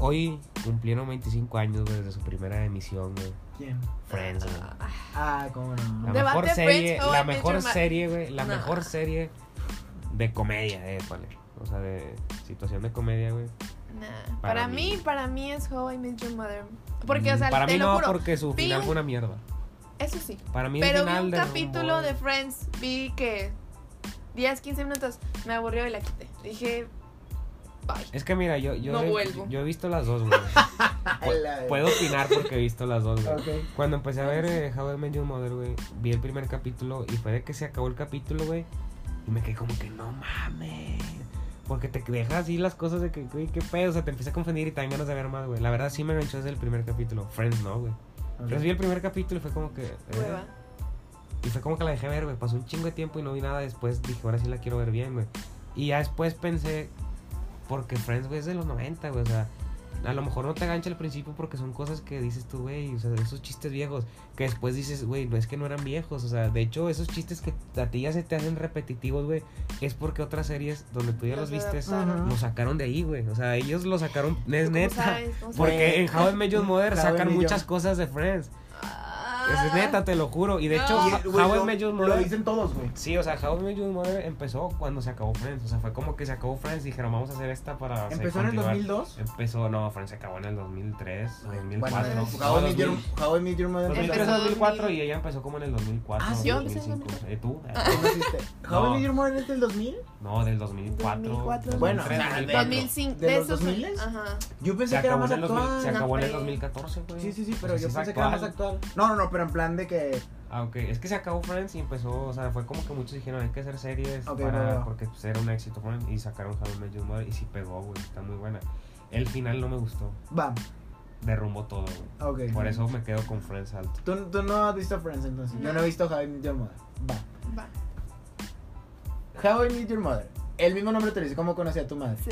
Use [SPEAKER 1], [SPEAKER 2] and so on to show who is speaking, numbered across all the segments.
[SPEAKER 1] hoy cumplieron 25 años, güey, desde su primera emisión, güey.
[SPEAKER 2] ¿Quién?
[SPEAKER 1] Friends, güey.
[SPEAKER 2] Ah, cómo no.
[SPEAKER 1] La
[SPEAKER 3] Debate
[SPEAKER 1] mejor
[SPEAKER 3] Friends,
[SPEAKER 1] serie,
[SPEAKER 3] How I
[SPEAKER 1] la
[SPEAKER 3] Met
[SPEAKER 1] mejor
[SPEAKER 3] Your Ma-
[SPEAKER 1] serie, güey, la
[SPEAKER 3] No.
[SPEAKER 1] mejor serie de comedia, eh, vale. O sea, de situación de comedia, güey.
[SPEAKER 3] Nah, Para,
[SPEAKER 1] Para
[SPEAKER 3] mí,
[SPEAKER 1] mí.
[SPEAKER 3] para mí es How I Met Your Mother. Porque, o
[SPEAKER 1] Mm,
[SPEAKER 3] sea,
[SPEAKER 1] para
[SPEAKER 3] te
[SPEAKER 1] mí
[SPEAKER 3] lo
[SPEAKER 1] no,
[SPEAKER 3] juro.
[SPEAKER 1] porque su
[SPEAKER 3] vi
[SPEAKER 1] final
[SPEAKER 3] un-
[SPEAKER 1] fue una mierda.
[SPEAKER 3] Eso sí.
[SPEAKER 1] Para mí el
[SPEAKER 3] Pero vi
[SPEAKER 1] final
[SPEAKER 3] un
[SPEAKER 1] derrumbó-
[SPEAKER 3] capítulo de Friends, vi que 10, 15 minutos me aburrió y la quité. Dije, bye.
[SPEAKER 1] Es que mira, yo, yo,
[SPEAKER 3] No
[SPEAKER 1] he-
[SPEAKER 3] vuelvo.
[SPEAKER 1] yo he visto las dos, güey. Pu- Puedo opinar porque he visto las dos, güey.
[SPEAKER 2] Ah, Ok.
[SPEAKER 1] Cuando empecé a ver eh, How I Met Your Mother, güey, vi el primer capítulo y fue de que se acabó el capítulo, güey. Y me quedé como que no mames. Porque te deja así las cosas de que, güey, qué pedo. O sea, te empieza a confundir y te dan ganas de ver más, güey. La verdad sí me enganchó desde el primer capítulo. Friends no, güey.
[SPEAKER 2] ok.
[SPEAKER 1] Friends vi el primer capítulo y fue como que. eh,
[SPEAKER 3] Hueva.
[SPEAKER 1] y fue como que la dejé ver, güey. Pasó un chingo de tiempo y no vi nada. Después dije, ahora sí la quiero ver bien, güey. Y ya después pensé, porque Friends, güey, es de los 90, güey. O sea, a lo mejor no te gancha al principio porque son cosas que dices tú, güey. O sea, esos chistes viejos. Que después dices, güey, no es que no eran viejos. O sea, de hecho, esos chistes que a ti ya se te hacen repetitivos, güey. Es porque otras series donde tú ya los viste,
[SPEAKER 3] adaptaron.
[SPEAKER 1] los sacaron de ahí, güey. O sea, ellos lo sacaron, es
[SPEAKER 3] ¿Tú cómo
[SPEAKER 1] neta.
[SPEAKER 3] sabes? ¿Cómo sabes?
[SPEAKER 1] Porque en How I Met Your Mother
[SPEAKER 2] How I
[SPEAKER 1] sacan
[SPEAKER 2] Met Your-
[SPEAKER 1] muchas cosas de Friends.
[SPEAKER 3] Ah.
[SPEAKER 1] Es neta, te lo juro. Y de
[SPEAKER 3] No.
[SPEAKER 1] hecho,
[SPEAKER 3] Y,
[SPEAKER 1] Ha-
[SPEAKER 2] Güey,
[SPEAKER 1] How
[SPEAKER 2] lo-
[SPEAKER 1] I Met Your
[SPEAKER 2] Lo
[SPEAKER 1] Mother.
[SPEAKER 2] dicen todos, güey.
[SPEAKER 1] Sí, o sea, How I Met Your Mother empezó cuando se acabó Friends. O sea, fue como que se acabó Friends y dijeron, vamos a hacer esta para. o sea,
[SPEAKER 2] Empezó en el
[SPEAKER 1] continuar".
[SPEAKER 2] 2002.
[SPEAKER 1] Empezó, no, Friends se acabó en el 2003, 2004.
[SPEAKER 2] Bueno, eh,
[SPEAKER 1] no,
[SPEAKER 2] How I Met Your-
[SPEAKER 1] 2000.
[SPEAKER 2] How I Met Your Mother.
[SPEAKER 1] 2003,
[SPEAKER 3] Empezó
[SPEAKER 1] 2004
[SPEAKER 3] 2000.
[SPEAKER 1] y ella empezó como en el 2004.
[SPEAKER 2] Ah,
[SPEAKER 3] sí, yo empecé en
[SPEAKER 1] 2005.
[SPEAKER 3] 2004.
[SPEAKER 1] ¿Eh, tú?
[SPEAKER 2] ¿Tú naciste? este? How I Met Your Mother es del 2000?
[SPEAKER 1] No, del 2004.
[SPEAKER 3] 2004.
[SPEAKER 2] Bueno, o
[SPEAKER 1] 2003,
[SPEAKER 2] sea, del
[SPEAKER 1] 2004.
[SPEAKER 3] 2005.
[SPEAKER 2] ¿De
[SPEAKER 3] De,
[SPEAKER 2] los
[SPEAKER 3] esos.
[SPEAKER 2] 2000s?
[SPEAKER 3] Ajá.
[SPEAKER 2] Yo
[SPEAKER 1] Se
[SPEAKER 2] pensé que era
[SPEAKER 1] acabó,
[SPEAKER 2] más
[SPEAKER 1] en el 2000, se
[SPEAKER 2] actual.
[SPEAKER 1] acabó en el
[SPEAKER 3] güey.
[SPEAKER 1] 2014, güey.
[SPEAKER 2] Sí, sí, sí,
[SPEAKER 1] O
[SPEAKER 2] pero
[SPEAKER 1] sea,
[SPEAKER 2] yo
[SPEAKER 1] es
[SPEAKER 2] pensé que era más
[SPEAKER 1] actual.
[SPEAKER 2] actual. No, no, no, pero en plan de que.
[SPEAKER 1] Ah, ok. Es que se acabó Friends y empezó, o sea, fue como que muchos dijeron, hay que hacer series
[SPEAKER 2] Ok,
[SPEAKER 1] para,
[SPEAKER 2] va, va.
[SPEAKER 1] porque pues, era un éxito Friends y sacaron How I Met Your Mother y sí pegó, güey, está muy buena. El final no me gustó,
[SPEAKER 2] Bam.
[SPEAKER 1] derrumbó todo, güey.
[SPEAKER 2] Ok.
[SPEAKER 1] Por eso me quedo con Friends alto.
[SPEAKER 2] Tú, tú no has visto Friends entonces. Yo no he visto How I Met Your Mother. Va.
[SPEAKER 3] Va.
[SPEAKER 2] How I Met Your Mother. El mismo nombre te lo dice. ¿Cómo conocí a tu madre?
[SPEAKER 3] Sí.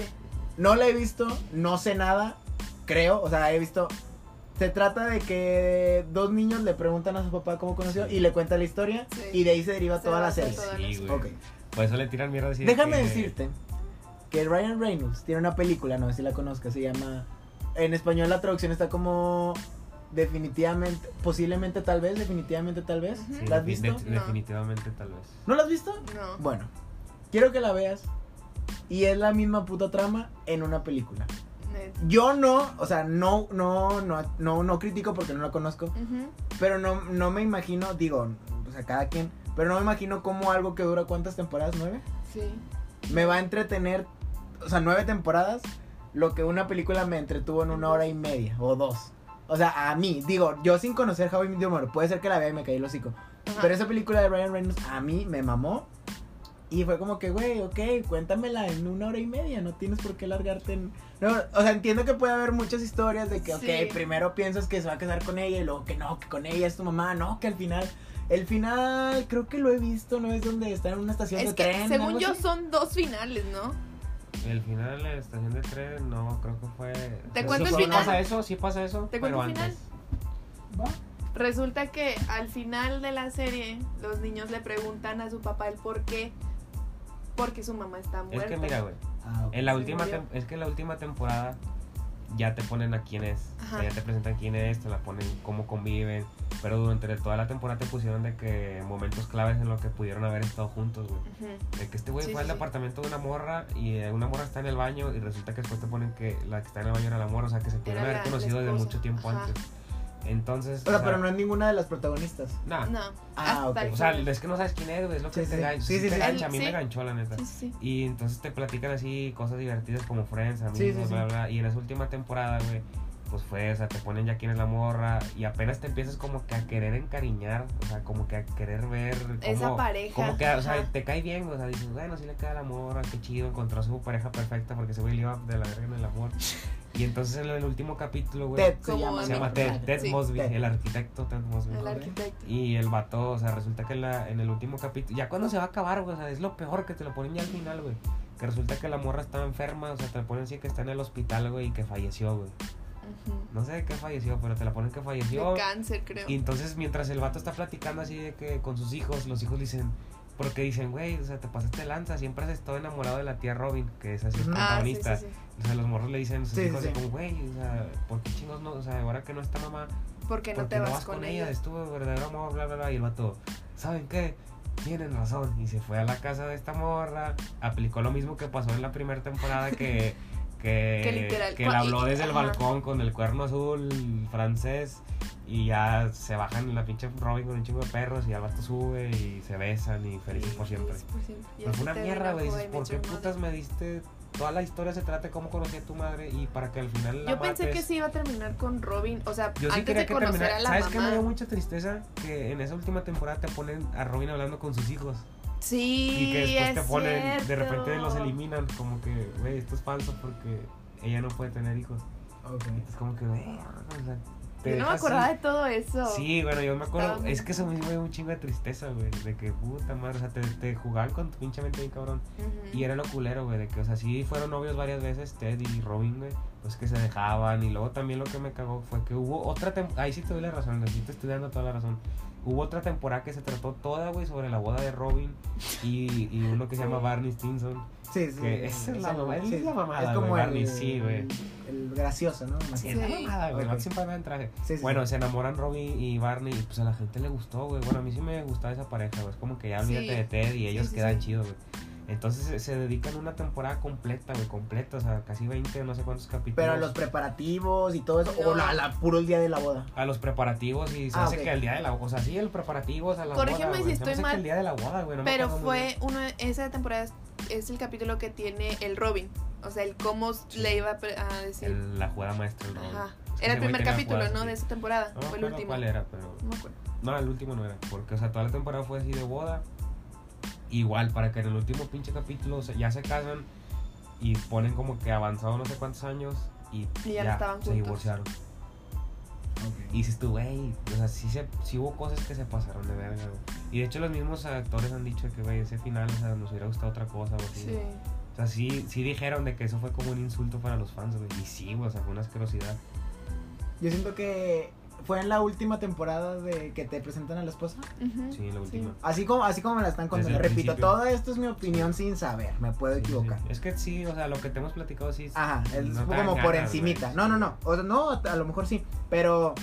[SPEAKER 2] No la he visto, no sé nada, creo, o sea, he visto... Se trata de que dos niños le preguntan a su papá cómo conoció y le cuenta la historia
[SPEAKER 3] Sí.
[SPEAKER 2] y de ahí se deriva
[SPEAKER 3] Se
[SPEAKER 2] toda la
[SPEAKER 3] basa
[SPEAKER 2] serie.
[SPEAKER 3] todo.
[SPEAKER 1] Sí, güey.
[SPEAKER 2] Ok.
[SPEAKER 1] Por eso le tiran mierda así. de
[SPEAKER 2] Déjame
[SPEAKER 1] que-
[SPEAKER 2] decirte que Ryan Reynolds tiene una película, no sé si la conozca, se llama... En español la traducción está como definitivamente, posiblemente tal vez, definitivamente tal vez.
[SPEAKER 3] Ujú.
[SPEAKER 1] Sí,
[SPEAKER 2] ¿La has
[SPEAKER 1] defi-
[SPEAKER 2] visto?
[SPEAKER 1] de-
[SPEAKER 3] No.
[SPEAKER 1] Definitivamente, tal vez.
[SPEAKER 2] ¿No la has visto?
[SPEAKER 3] No.
[SPEAKER 2] Bueno, quiero que la veas y es la misma puta trama en una película.
[SPEAKER 3] Neta.
[SPEAKER 2] Yo no, o sea, no, no, no, no, no critico porque no la conozco,
[SPEAKER 3] Ujú.
[SPEAKER 2] pero no, no me imagino, digo, o sea, cada quien, pero no me imagino cómo algo que dura cuántas temporadas, nueve,
[SPEAKER 3] Sí.
[SPEAKER 2] me va a entretener, o sea, nueve temporadas, lo que una película me entretuvo en una hora y media o dos. O sea, a mí, digo, yo sin conocer How I Met Your Mother, puede ser que la vea y me caí el hocico,
[SPEAKER 3] Ajá.
[SPEAKER 2] pero esa película de Ryan Reynolds a mí me mamó. Y fue como que, güey, ok, cuéntamela en una hora y media, no tienes por qué largarte en... No, o sea, entiendo que puede haber muchas historias de que, ok,
[SPEAKER 3] Sí.
[SPEAKER 2] primero piensas que se va a casar con ella y luego que no, que con ella es tu mamá, no, que al final... El final, creo que lo he visto, ¿no? Es donde está en una estación
[SPEAKER 3] Es
[SPEAKER 2] de
[SPEAKER 3] que,
[SPEAKER 2] tren.
[SPEAKER 3] según
[SPEAKER 2] algo
[SPEAKER 3] yo,
[SPEAKER 2] así.
[SPEAKER 3] son dos finales, ¿no?
[SPEAKER 1] El final de la estación de tren, no, creo que fue.
[SPEAKER 3] ¿Te
[SPEAKER 1] Eso
[SPEAKER 3] cuento el
[SPEAKER 1] fue-
[SPEAKER 3] final?
[SPEAKER 1] pasa eso? Sí pasa eso.
[SPEAKER 3] ¿Te
[SPEAKER 1] pero
[SPEAKER 3] cuento el final?
[SPEAKER 1] antes.
[SPEAKER 3] Resulta que al final de la serie, los niños le preguntan a su papá el por qué. Porque su mamá está muerta.
[SPEAKER 1] Es que mira, güey.
[SPEAKER 2] Ah, ok.
[SPEAKER 1] En la
[SPEAKER 3] Se
[SPEAKER 1] última
[SPEAKER 3] murió.
[SPEAKER 1] tem- es que en la última temporada ya te ponen a quién es, o sea,
[SPEAKER 3] Ajá.
[SPEAKER 1] ya te presentan quién es, te la ponen cómo conviven, pero durante toda la temporada te pusieron de que momentos claves en los que pudieron haber estado juntos, güey.
[SPEAKER 3] Ujú.
[SPEAKER 1] De que este güey
[SPEAKER 3] Sí,
[SPEAKER 1] fue
[SPEAKER 3] sí,
[SPEAKER 1] al
[SPEAKER 3] sí.
[SPEAKER 1] apartamento de una morra y eh, una morra está en el baño y resulta que después te ponen que la que está en el baño era la morra, o sea, que se pudieron
[SPEAKER 3] la-
[SPEAKER 1] haber
[SPEAKER 3] la
[SPEAKER 1] conocido desde
[SPEAKER 3] esposa.
[SPEAKER 1] mucho tiempo
[SPEAKER 3] Ajá.
[SPEAKER 1] antes. Entonces,
[SPEAKER 2] O sea, pero no es ninguna de las protagonistas.
[SPEAKER 1] nah,
[SPEAKER 3] No.
[SPEAKER 2] Ah,
[SPEAKER 3] Hasta
[SPEAKER 2] ok.
[SPEAKER 3] el
[SPEAKER 1] o sea,
[SPEAKER 3] final.
[SPEAKER 1] es que no sabes quién es, güey, es lo que
[SPEAKER 2] Sí,
[SPEAKER 1] te
[SPEAKER 2] sí.
[SPEAKER 1] gancha,
[SPEAKER 2] Sí, sí,
[SPEAKER 1] te
[SPEAKER 2] sí.
[SPEAKER 1] gancha, a mí
[SPEAKER 3] Sí.
[SPEAKER 1] me ganchó la neta.
[SPEAKER 3] Sí, sí.
[SPEAKER 1] Y entonces te platican así cosas divertidas como Friends, amigos,
[SPEAKER 2] Sí, sí, sí.
[SPEAKER 1] bla, bla. Y en esa última temporada, güey, pues fue, o sea, te ponen ya quién es la morra y apenas te empiezas como que a querer encariñar, o sea, como que a querer ver cómo,
[SPEAKER 3] Esa pareja,
[SPEAKER 1] Como que, o sea,
[SPEAKER 3] ajá.
[SPEAKER 1] te cae bien, güey, o sea, dices, bueno, sí le queda la morra, qué chido, encontró a su pareja perfecta porque ese güey le iba de la verga en el amor. Y entonces en el último capítulo, güey,
[SPEAKER 2] Ted se
[SPEAKER 3] Como
[SPEAKER 2] llama.
[SPEAKER 3] a
[SPEAKER 1] se
[SPEAKER 3] mí.
[SPEAKER 1] llama Ted, Ted
[SPEAKER 2] Sí.
[SPEAKER 1] Mosby,
[SPEAKER 2] Ted.
[SPEAKER 1] el arquitecto Ted Mosby.
[SPEAKER 3] El arquitecto.
[SPEAKER 1] Y el vato, o sea, resulta que la, en el último capítulo, ya cuando se va a acabar, güey, o sea, es lo peor que te lo ponen ya al final, güey. Que resulta que la morra estaba enferma, o sea, te la ponen así que está en el hospital, güey, y que falleció, güey.
[SPEAKER 3] Ujú.
[SPEAKER 1] No sé de qué falleció, pero te la ponen que
[SPEAKER 3] De
[SPEAKER 1] falleció.
[SPEAKER 3] cáncer, creo. Ah,
[SPEAKER 1] Y entonces, mientras el vato está platicando así de que con sus hijos, los hijos le dicen, Porque dicen, güey, o sea, te pasaste lanza, siempre has estado enamorado de la tía Robin, que es así el
[SPEAKER 3] Ah, sí, sí,
[SPEAKER 1] protagonista.
[SPEAKER 3] sí.
[SPEAKER 1] O sea, los morros le dicen a sus
[SPEAKER 2] Sí, sí,
[SPEAKER 1] hijos, así
[SPEAKER 2] sí.
[SPEAKER 1] como, güey, o sea, ¿por qué chingos no? O sea, ahora que no está mamá,
[SPEAKER 3] Porque no
[SPEAKER 1] porque
[SPEAKER 3] te vas, con, ella.
[SPEAKER 1] Estuvo verdadero amor, bla, bla, bla. Y el vato, ¿saben qué? Tienen razón. Y se fue a la casa de esta morra. Aplicó lo mismo que pasó en la primera temporada que. Que,
[SPEAKER 3] Que literal,
[SPEAKER 1] que
[SPEAKER 3] cua-
[SPEAKER 1] la habló desde el
[SPEAKER 3] ajá.
[SPEAKER 1] balcón con el cuerno azul francés y ya se bajan en la pinche Robin con un chingo de perros y al vato sube y se besan y felices por siempre.
[SPEAKER 3] Felices por siempre. Y
[SPEAKER 1] Pero
[SPEAKER 3] así
[SPEAKER 1] fue una
[SPEAKER 3] termina
[SPEAKER 1] mierda, güey.
[SPEAKER 3] How
[SPEAKER 1] Dices,
[SPEAKER 3] I
[SPEAKER 1] ¿por
[SPEAKER 3] Met
[SPEAKER 1] qué
[SPEAKER 3] Your Mother".
[SPEAKER 1] putas me diste? Toda la historia se trata de cómo conocí a tu madre y para que al final la
[SPEAKER 3] Yo pensé
[SPEAKER 1] mates.
[SPEAKER 3] que sí iba a terminar con Robin, o sea,
[SPEAKER 1] Yo sí
[SPEAKER 3] antes
[SPEAKER 1] quería
[SPEAKER 3] de
[SPEAKER 1] que
[SPEAKER 3] conocer
[SPEAKER 1] terminara.
[SPEAKER 3] a la
[SPEAKER 1] ¿Sabes
[SPEAKER 3] mamá.
[SPEAKER 1] qué me dio mucha tristeza? Que en esa última temporada te ponen a Robin hablando con sus hijos.
[SPEAKER 3] Sí,
[SPEAKER 1] y que después
[SPEAKER 3] es
[SPEAKER 1] te ponen, de
[SPEAKER 3] cierto.
[SPEAKER 1] repente los eliminan. Como que, güey, esto es falso porque ella no puede tener hijos.
[SPEAKER 2] Ok.
[SPEAKER 1] Es como que, güey, o sea, te
[SPEAKER 3] Yo no
[SPEAKER 1] deja
[SPEAKER 3] me acordaba
[SPEAKER 1] así.
[SPEAKER 3] de todo eso.
[SPEAKER 1] Sí, bueno, yo me acuerdo.
[SPEAKER 3] Estaba-
[SPEAKER 1] Es que eso me dio un chingo de tristeza, güey. De que puta madre, o sea, te, te jugaban con tu pinche mente bien cabrón.
[SPEAKER 3] Ujú.
[SPEAKER 1] Y era lo culero, güey, de que, o sea, sí fueron novios varias veces, Ted y Robin, güey, pues que se dejaban. Y luego también lo que me cagó fue que hubo otra temporada, ahí sí te doy la razón, güey, sí te estoy dando toda la razón. Hubo otra temporada que se trató toda, güey, sobre la boda de Robin y, y uno que se llama Barney Stinson.
[SPEAKER 2] Sí, sí.
[SPEAKER 1] Que esa es la
[SPEAKER 2] el-
[SPEAKER 1] mamá- esa es la mamada,
[SPEAKER 2] Es como
[SPEAKER 1] güey,
[SPEAKER 2] el,
[SPEAKER 1] Barney, sí, güey.
[SPEAKER 2] el, el gracioso, ¿no? Más-
[SPEAKER 1] Sí, es la
[SPEAKER 3] Sí.
[SPEAKER 1] mamada, güey,
[SPEAKER 2] Ok.
[SPEAKER 1] Max siempre andaba en traje.
[SPEAKER 2] Sí, sí,
[SPEAKER 1] Bueno,
[SPEAKER 2] sí.
[SPEAKER 1] se enamoran Robin y Barney y pues a la gente le gustó, güey. Bueno, a mí sí me gustaba esa pareja, güey. Es como que ya
[SPEAKER 3] Sí.
[SPEAKER 1] olvídate de Ted y ellos
[SPEAKER 3] sí,
[SPEAKER 1] quedan
[SPEAKER 3] sí.
[SPEAKER 1] chidos, güey. Entonces se- se dedican una temporada completa, güey, completa, o sea, casi 20, no sé cuántos capítulos.
[SPEAKER 2] Pero los preparativos y todo eso,
[SPEAKER 3] No.
[SPEAKER 2] o la, la- puro el día de la boda.
[SPEAKER 1] a los preparativos y se
[SPEAKER 2] Ah,
[SPEAKER 1] hace
[SPEAKER 2] ok.
[SPEAKER 1] que el día de la o sea, sí, el preparativo, o sea, la
[SPEAKER 3] Corrígeme
[SPEAKER 1] boda,
[SPEAKER 3] si
[SPEAKER 1] güey. Se me
[SPEAKER 3] estoy
[SPEAKER 1] hace que
[SPEAKER 3] mal,
[SPEAKER 1] el día de la boda, güey, no me
[SPEAKER 3] Pero
[SPEAKER 1] acuerdo muy
[SPEAKER 3] fue
[SPEAKER 1] bien.
[SPEAKER 3] uno de- esa temporada es, es el capítulo que tiene el Robin, o sea, el cómo le iba a pre- a decir.
[SPEAKER 1] El- la jugada maestra el Robin.
[SPEAKER 3] Ajá.
[SPEAKER 1] Es que
[SPEAKER 3] Era el
[SPEAKER 1] ese güey
[SPEAKER 3] primer
[SPEAKER 1] tenía
[SPEAKER 3] capítulo,
[SPEAKER 1] jugadas
[SPEAKER 3] ¿no?
[SPEAKER 1] así.
[SPEAKER 3] De esa temporada.
[SPEAKER 1] No me
[SPEAKER 3] fue el
[SPEAKER 1] acuerdo
[SPEAKER 3] último.
[SPEAKER 1] cuál era, pero
[SPEAKER 3] No me acuerdo.
[SPEAKER 1] no, el último no era, porque o sea, toda la temporada fue así de boda. Igual para que en el último pinche capítulo o sea, ya se casan y ponen como que avanzado no sé cuántos años y,
[SPEAKER 3] Y ya no estaban
[SPEAKER 1] se
[SPEAKER 3] juntos.
[SPEAKER 1] divorciaron. Y dices tú, güey, o sea, sí, se, sí hubo cosas que se pasaron de verga, güey. Y de hecho los mismos actores han dicho que, güey, ese final, o sea, nos hubiera gustado otra cosa, güey.
[SPEAKER 3] Sí.
[SPEAKER 1] O sea, sí, sí dijeron de que eso fue como un insulto para los fans, güey. Y sí, güey, o sea, fue una asquerosidad.
[SPEAKER 2] Yo siento que fue en la última temporada de que te presentan a la esposa.
[SPEAKER 3] Ujú.
[SPEAKER 1] Sí, la última.
[SPEAKER 2] Así como, así como me la están contando.
[SPEAKER 1] Desde el
[SPEAKER 2] Repito,
[SPEAKER 1] principio.
[SPEAKER 2] todo esto es mi opinión sin saber. Me puedo
[SPEAKER 1] Sí, sí.
[SPEAKER 2] equivocar.
[SPEAKER 1] Es que sí, o sea, lo que te hemos platicado sí.
[SPEAKER 2] Ajá, es
[SPEAKER 1] no te dan
[SPEAKER 2] como por
[SPEAKER 1] ganas,
[SPEAKER 2] encimita.
[SPEAKER 1] güey.
[SPEAKER 2] No, no, no. O sea, no, a lo mejor sí. Pero,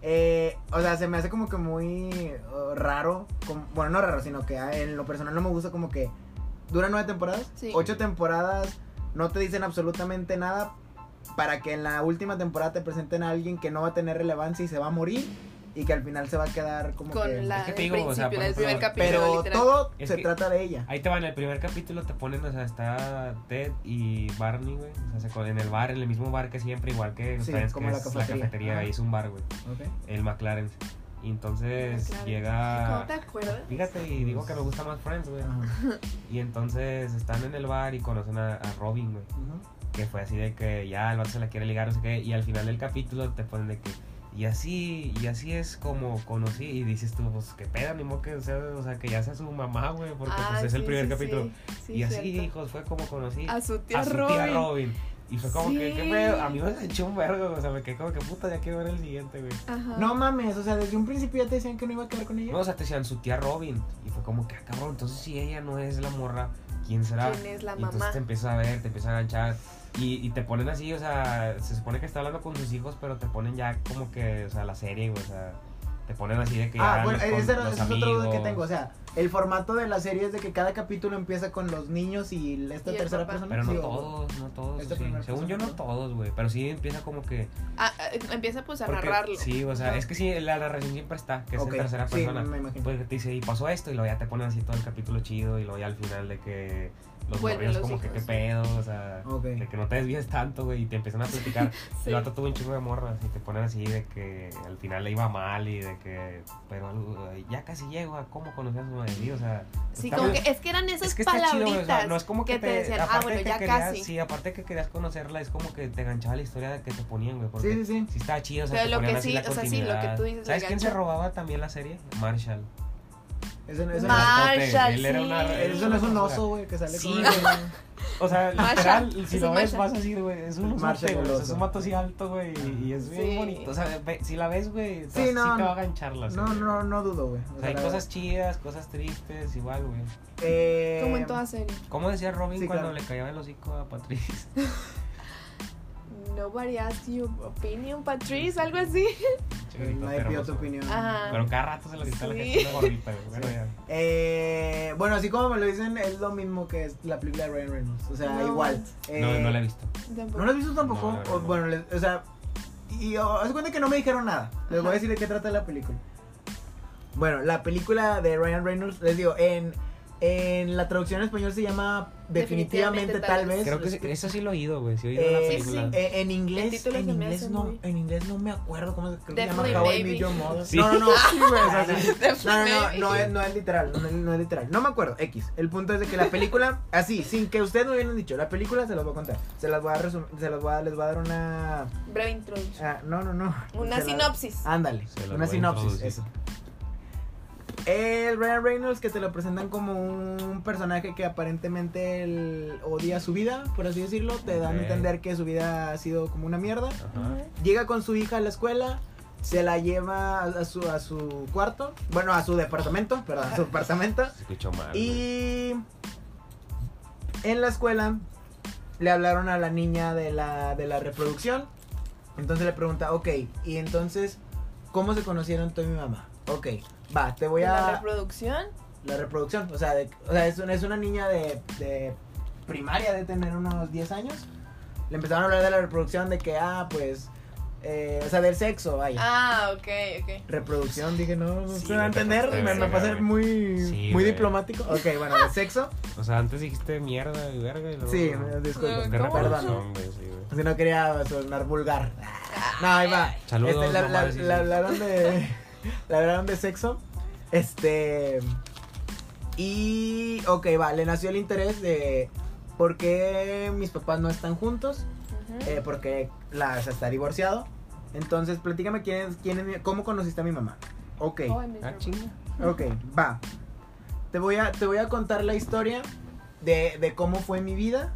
[SPEAKER 2] eh, o sea, se me hace como que muy eh, raro. como- bueno, no raro, sino que ah, en lo personal no me gusta como que dura nueve temporadas.
[SPEAKER 3] Sí.
[SPEAKER 2] Ocho temporadas no te dicen absolutamente nada para que en la última temporada te presenten a alguien que no va a tener relevancia y se va a morir y que al final se va a quedar como que...
[SPEAKER 3] Con la,
[SPEAKER 1] Es que te
[SPEAKER 3] el
[SPEAKER 1] digo, o sea,
[SPEAKER 3] principio,
[SPEAKER 1] por
[SPEAKER 3] el
[SPEAKER 1] ejemplo,
[SPEAKER 3] primer capítulo,
[SPEAKER 2] Pero
[SPEAKER 3] literal. Ah,
[SPEAKER 2] todo
[SPEAKER 1] Es
[SPEAKER 2] se
[SPEAKER 1] que-
[SPEAKER 2] trata de ella.
[SPEAKER 1] Ahí te van, el primer capítulo te ponen, o sea, está Ted y Barney, güey. O sea, se co- en el bar, en el mismo bar que siempre, igual que
[SPEAKER 2] Sí,
[SPEAKER 1] ustedes,
[SPEAKER 2] como
[SPEAKER 1] que
[SPEAKER 2] la
[SPEAKER 1] es
[SPEAKER 2] cafetería.
[SPEAKER 1] la cafetería,
[SPEAKER 2] Ajá.
[SPEAKER 1] ahí es un bar, güey.
[SPEAKER 2] Ok.
[SPEAKER 1] El McLaren. Y entonces
[SPEAKER 3] Claro. ¿Cómo te
[SPEAKER 1] llega.
[SPEAKER 3] acuerdas?
[SPEAKER 1] Fíjate, y digo que me gusta más Friends, güey.
[SPEAKER 2] Ajá.
[SPEAKER 1] Y entonces están en el bar y conocen a, a Robin, güey.
[SPEAKER 2] Ujú.
[SPEAKER 1] Que fue así de que ya el vato se la quiere ligar, no sé qué. Y al final del capítulo te ponen de que. Y así, y así es como conocí. Y dices tú, pues qué pedo, ni modo que sea, o sea, que ya sea su mamá, güey, porque
[SPEAKER 3] Ah,
[SPEAKER 1] pues, es el
[SPEAKER 3] sí,
[SPEAKER 1] primer
[SPEAKER 3] sí,
[SPEAKER 1] capítulo.
[SPEAKER 3] sí. Sí,
[SPEAKER 1] y así,
[SPEAKER 3] cierto.
[SPEAKER 1] hijos, fue como conocí
[SPEAKER 3] A
[SPEAKER 1] a
[SPEAKER 3] su tía
[SPEAKER 1] su
[SPEAKER 3] Robin.
[SPEAKER 1] tía Robin. Y fue como que,
[SPEAKER 3] Sí.
[SPEAKER 1] ¿qué pedo? A mí me echó un vergo, o sea, me quedé como que puta, ya quiero ver el siguiente, güey.
[SPEAKER 3] Ajá.
[SPEAKER 2] No mames, o sea, desde un principio ya te decían que no iba a quedar con ella.
[SPEAKER 1] No, o sea, te decían su tía Robin. Y fue como que, ah, cabrón, entonces si ella no es la morra, ¿quién será?
[SPEAKER 3] ¿Quién es la
[SPEAKER 1] y entonces
[SPEAKER 3] mamá?
[SPEAKER 1] te empieza a ver, te empieza a ganchar. Y, y te ponen así, o sea, se supone que está hablando con sus hijos, pero te ponen ya como que, o sea, la serie, güey, o sea, te ponen así de que
[SPEAKER 2] Ah,
[SPEAKER 1] ya
[SPEAKER 2] bueno,
[SPEAKER 1] los con-
[SPEAKER 2] ese, era-
[SPEAKER 1] los
[SPEAKER 2] ese es otro duda que
[SPEAKER 1] amigos.
[SPEAKER 2] tengo. O sea, el formato de la serie es de que cada capítulo empieza con los niños y esta
[SPEAKER 3] Y el
[SPEAKER 2] tercera
[SPEAKER 3] papá.
[SPEAKER 2] persona.
[SPEAKER 1] Pero no
[SPEAKER 2] digo, este
[SPEAKER 1] todos, no todos.
[SPEAKER 2] Esta
[SPEAKER 1] sí.
[SPEAKER 2] primera
[SPEAKER 1] Según yo, no
[SPEAKER 2] persona,
[SPEAKER 1] todos, güey. Pero sí empieza como que.
[SPEAKER 3] Ah, ah, empieza pues a
[SPEAKER 1] Porque-
[SPEAKER 3] narrarlo.
[SPEAKER 1] Sí, o sea,
[SPEAKER 3] Ajá.
[SPEAKER 1] es que sí, la narración siempre está, que es
[SPEAKER 2] Ok,
[SPEAKER 1] en tercera
[SPEAKER 2] sí,
[SPEAKER 1] persona.
[SPEAKER 2] me imagino.
[SPEAKER 1] Pues te dice, y pasó esto, y luego ya te ponen así todo el capítulo chido, y luego ya al final de que los
[SPEAKER 3] Vuelven
[SPEAKER 1] morrillos
[SPEAKER 3] los
[SPEAKER 1] como que
[SPEAKER 3] hijos,
[SPEAKER 1] qué
[SPEAKER 3] sí.
[SPEAKER 1] pedo, o sea,
[SPEAKER 2] Ok.
[SPEAKER 1] de que no te desvíes tanto, güey, y te empiezan a platicar.
[SPEAKER 3] Sí.
[SPEAKER 1] El vato tuvo un chingo de morras, y te ponen así de que al final le iba mal, y de que, pero algo, eh, ya casi llego a cómo conocí a su madre, sí, o sea.
[SPEAKER 3] Sí,
[SPEAKER 1] está
[SPEAKER 3] como
[SPEAKER 1] bien.
[SPEAKER 3] que es que eran esas
[SPEAKER 1] Es que está chido,
[SPEAKER 3] palabritas
[SPEAKER 1] güey, o sea, no es como que,
[SPEAKER 3] te, decían, ah,
[SPEAKER 1] aparte
[SPEAKER 3] bueno,
[SPEAKER 1] que
[SPEAKER 3] ya
[SPEAKER 1] querías-
[SPEAKER 3] casi.
[SPEAKER 1] Sí, aparte que querías conocerla, es como que te enganchaba la historia de que te ponían, güey. porque
[SPEAKER 2] Sí, sí, sí.
[SPEAKER 1] Sí, estaba chido, o sea,
[SPEAKER 3] Pero
[SPEAKER 1] te
[SPEAKER 3] lo
[SPEAKER 1] ponían
[SPEAKER 3] que
[SPEAKER 1] así
[SPEAKER 3] sí,
[SPEAKER 1] la
[SPEAKER 3] o sea, sí, lo que tú
[SPEAKER 1] continuidad.
[SPEAKER 3] dices,
[SPEAKER 1] ¿Sabes
[SPEAKER 3] el
[SPEAKER 1] quién se
[SPEAKER 3] gancho.
[SPEAKER 1] robaba también la serie? Marshall.
[SPEAKER 2] Eso, no- eso, no-
[SPEAKER 1] Marshall,
[SPEAKER 4] Marshall,
[SPEAKER 1] él era una-
[SPEAKER 4] sí.
[SPEAKER 2] eso no es un oso, güey, que sale
[SPEAKER 1] Sí,
[SPEAKER 2] con
[SPEAKER 1] güey. O sea,
[SPEAKER 3] Marshall,
[SPEAKER 1] literal,
[SPEAKER 3] es
[SPEAKER 1] si
[SPEAKER 3] un
[SPEAKER 1] lo ves,
[SPEAKER 3] Marshall.
[SPEAKER 1] vas así, güey. Es un
[SPEAKER 2] Marshall
[SPEAKER 1] mate, güey. o sea,
[SPEAKER 2] goloso.
[SPEAKER 1] es un mato así alto, güey. Y, y es bien
[SPEAKER 3] Sí.
[SPEAKER 1] bonito. O sea, ve- si la ves, güey, o sea,
[SPEAKER 2] Sí,
[SPEAKER 1] sí,
[SPEAKER 2] no,
[SPEAKER 1] te va a gancharla.
[SPEAKER 2] No, no, no dudo, güey.
[SPEAKER 1] O
[SPEAKER 2] O
[SPEAKER 1] sea, hay
[SPEAKER 2] la
[SPEAKER 1] cosas chidas, cosas tristes, igual, güey.
[SPEAKER 2] verdad. Eh,
[SPEAKER 3] Como en toda serie.
[SPEAKER 1] ¿Cómo decía Robin
[SPEAKER 2] Sí,
[SPEAKER 1] cuando
[SPEAKER 2] claro.
[SPEAKER 1] le callaba el hocico a Patrice?
[SPEAKER 3] Nobody asked your opinion, Patrice, algo así.
[SPEAKER 1] Chiquitito,
[SPEAKER 2] Nadie
[SPEAKER 1] pero
[SPEAKER 2] pidió tu
[SPEAKER 1] hermoso.
[SPEAKER 2] opinión.
[SPEAKER 3] Ajá.
[SPEAKER 1] Pero cada rato se lo gritaba la
[SPEAKER 3] Sí.
[SPEAKER 1] gente una gordita, güey. Bueno,
[SPEAKER 2] Sí.
[SPEAKER 1] ya.
[SPEAKER 2] Eh, bueno, así como me lo dicen, es lo mismo que es la película de Ryan Reynolds. O sea,
[SPEAKER 3] No.
[SPEAKER 2] igual. Eh,
[SPEAKER 1] No, no la he visto.
[SPEAKER 3] Tampoco.
[SPEAKER 2] ¿No lo has visto
[SPEAKER 1] No,
[SPEAKER 2] tampoco?
[SPEAKER 1] la verdad
[SPEAKER 2] O-
[SPEAKER 1] no.
[SPEAKER 2] bueno, les- o sea, y o- haz de cuenta que no me dijeron nada. Les voy
[SPEAKER 3] Ajá.
[SPEAKER 2] a decir de qué trata la película. Bueno, la película de Ryan Reynolds, les digo, en, en la traducción en español se llama Definitivamente,
[SPEAKER 3] Definitivamente,
[SPEAKER 2] tal
[SPEAKER 3] tal vez.
[SPEAKER 2] vez.
[SPEAKER 1] Creo que sí- eso sí lo he oído, güey. Sí he oído la
[SPEAKER 2] este Eh,
[SPEAKER 1] película.
[SPEAKER 3] sí.
[SPEAKER 2] eh, en
[SPEAKER 3] El
[SPEAKER 2] inglés,
[SPEAKER 3] título
[SPEAKER 2] en
[SPEAKER 3] se me
[SPEAKER 2] inglés,
[SPEAKER 3] hace
[SPEAKER 2] no,
[SPEAKER 3] muy-
[SPEAKER 2] en inglés no me acuerdo cómo se, creo que se llama
[SPEAKER 3] Definitely
[SPEAKER 2] How I Met
[SPEAKER 3] Baby.
[SPEAKER 2] Your Mother.
[SPEAKER 1] Sí.
[SPEAKER 2] No, no, no, sí, güey, o sea, sí. No, no,
[SPEAKER 3] Definitely
[SPEAKER 2] no,
[SPEAKER 3] Baby.
[SPEAKER 2] no es, no es literal, no es, no es literal. No me acuerdo, X. El punto es de que la película, así, sin que ustedes me hubieran dicho, la película se las voy a contar. Se las voy a resumir, se las voy a, les voy a dar una...
[SPEAKER 3] Breve introducción.
[SPEAKER 2] ah, no, no, no.
[SPEAKER 3] Una
[SPEAKER 2] Se la- Ah,
[SPEAKER 3] sinopsis.
[SPEAKER 2] Ándale,
[SPEAKER 1] Se las voy
[SPEAKER 2] una
[SPEAKER 1] a
[SPEAKER 2] sinopsis,
[SPEAKER 1] introducir.
[SPEAKER 2] eso. El Ryan Reynolds que te lo presentan como un personaje que aparentemente él odia su vida, por así decirlo. Te dan a
[SPEAKER 1] Ok.
[SPEAKER 2] entender que su vida ha sido como una mierda.
[SPEAKER 1] Ajá.
[SPEAKER 2] Llega con su hija a la escuela, se la lleva a su, a su cuarto, bueno, a su departamento, perdón, a su apartamento.
[SPEAKER 1] Se escuchó mal. güey.
[SPEAKER 2] Y en la escuela le hablaron a la niña de la, de la reproducción. Entonces le pregunta, ok, y entonces, ¿cómo se conocieron tú y mi mamá? Ok, va, te voy
[SPEAKER 3] La
[SPEAKER 2] a...
[SPEAKER 3] reproducción.
[SPEAKER 2] La reproducción, o sea, de- o sea, es, una, es una niña de, de primaria de tener unos 10 años. Le empezaron a hablar de la reproducción, de que, ah, pues, eh, o sea, del sexo, vaya.
[SPEAKER 3] Ah, ok,
[SPEAKER 2] Eh,
[SPEAKER 3] ok.
[SPEAKER 2] Reproducción, dije, no, no
[SPEAKER 1] Sí,
[SPEAKER 2] se va a
[SPEAKER 1] güey, te
[SPEAKER 2] entender,
[SPEAKER 1] pasaste
[SPEAKER 2] me,
[SPEAKER 1] de
[SPEAKER 2] me va a
[SPEAKER 1] verga,
[SPEAKER 2] ser
[SPEAKER 1] güey.
[SPEAKER 2] muy,
[SPEAKER 1] Sí,
[SPEAKER 2] muy
[SPEAKER 1] güey.
[SPEAKER 2] diplomático. Ok, bueno, de sexo.
[SPEAKER 1] O sea, antes dijiste mierda y verga. Y luego,
[SPEAKER 2] Sí, me disculpo.
[SPEAKER 3] Eh,
[SPEAKER 1] De
[SPEAKER 3] ¿Cómo?
[SPEAKER 1] reproducción, güey. Sí, güey.
[SPEAKER 2] Si no quería sonar vulgar. No, ahí va.
[SPEAKER 1] Saludos,
[SPEAKER 2] Este, la,
[SPEAKER 1] mamá,
[SPEAKER 2] la-
[SPEAKER 1] sí,
[SPEAKER 2] la
[SPEAKER 1] sí.
[SPEAKER 2] hablaron de. la hablaron de sexo. Este. Y. Ok, va. Le nació el interés de. ¿Por qué mis papás no están juntos?
[SPEAKER 3] Ujú.
[SPEAKER 2] Eh, porque la, o sea, está divorciado. Entonces, platícame quién es, quién es mi- ¿Cómo conociste a mi mamá? Ok.
[SPEAKER 3] Oh, I miss
[SPEAKER 1] Ah,
[SPEAKER 3] her.
[SPEAKER 1] chinga.
[SPEAKER 2] Ok, va. Te voy a, te voy a contar la historia de, de cómo fue mi vida.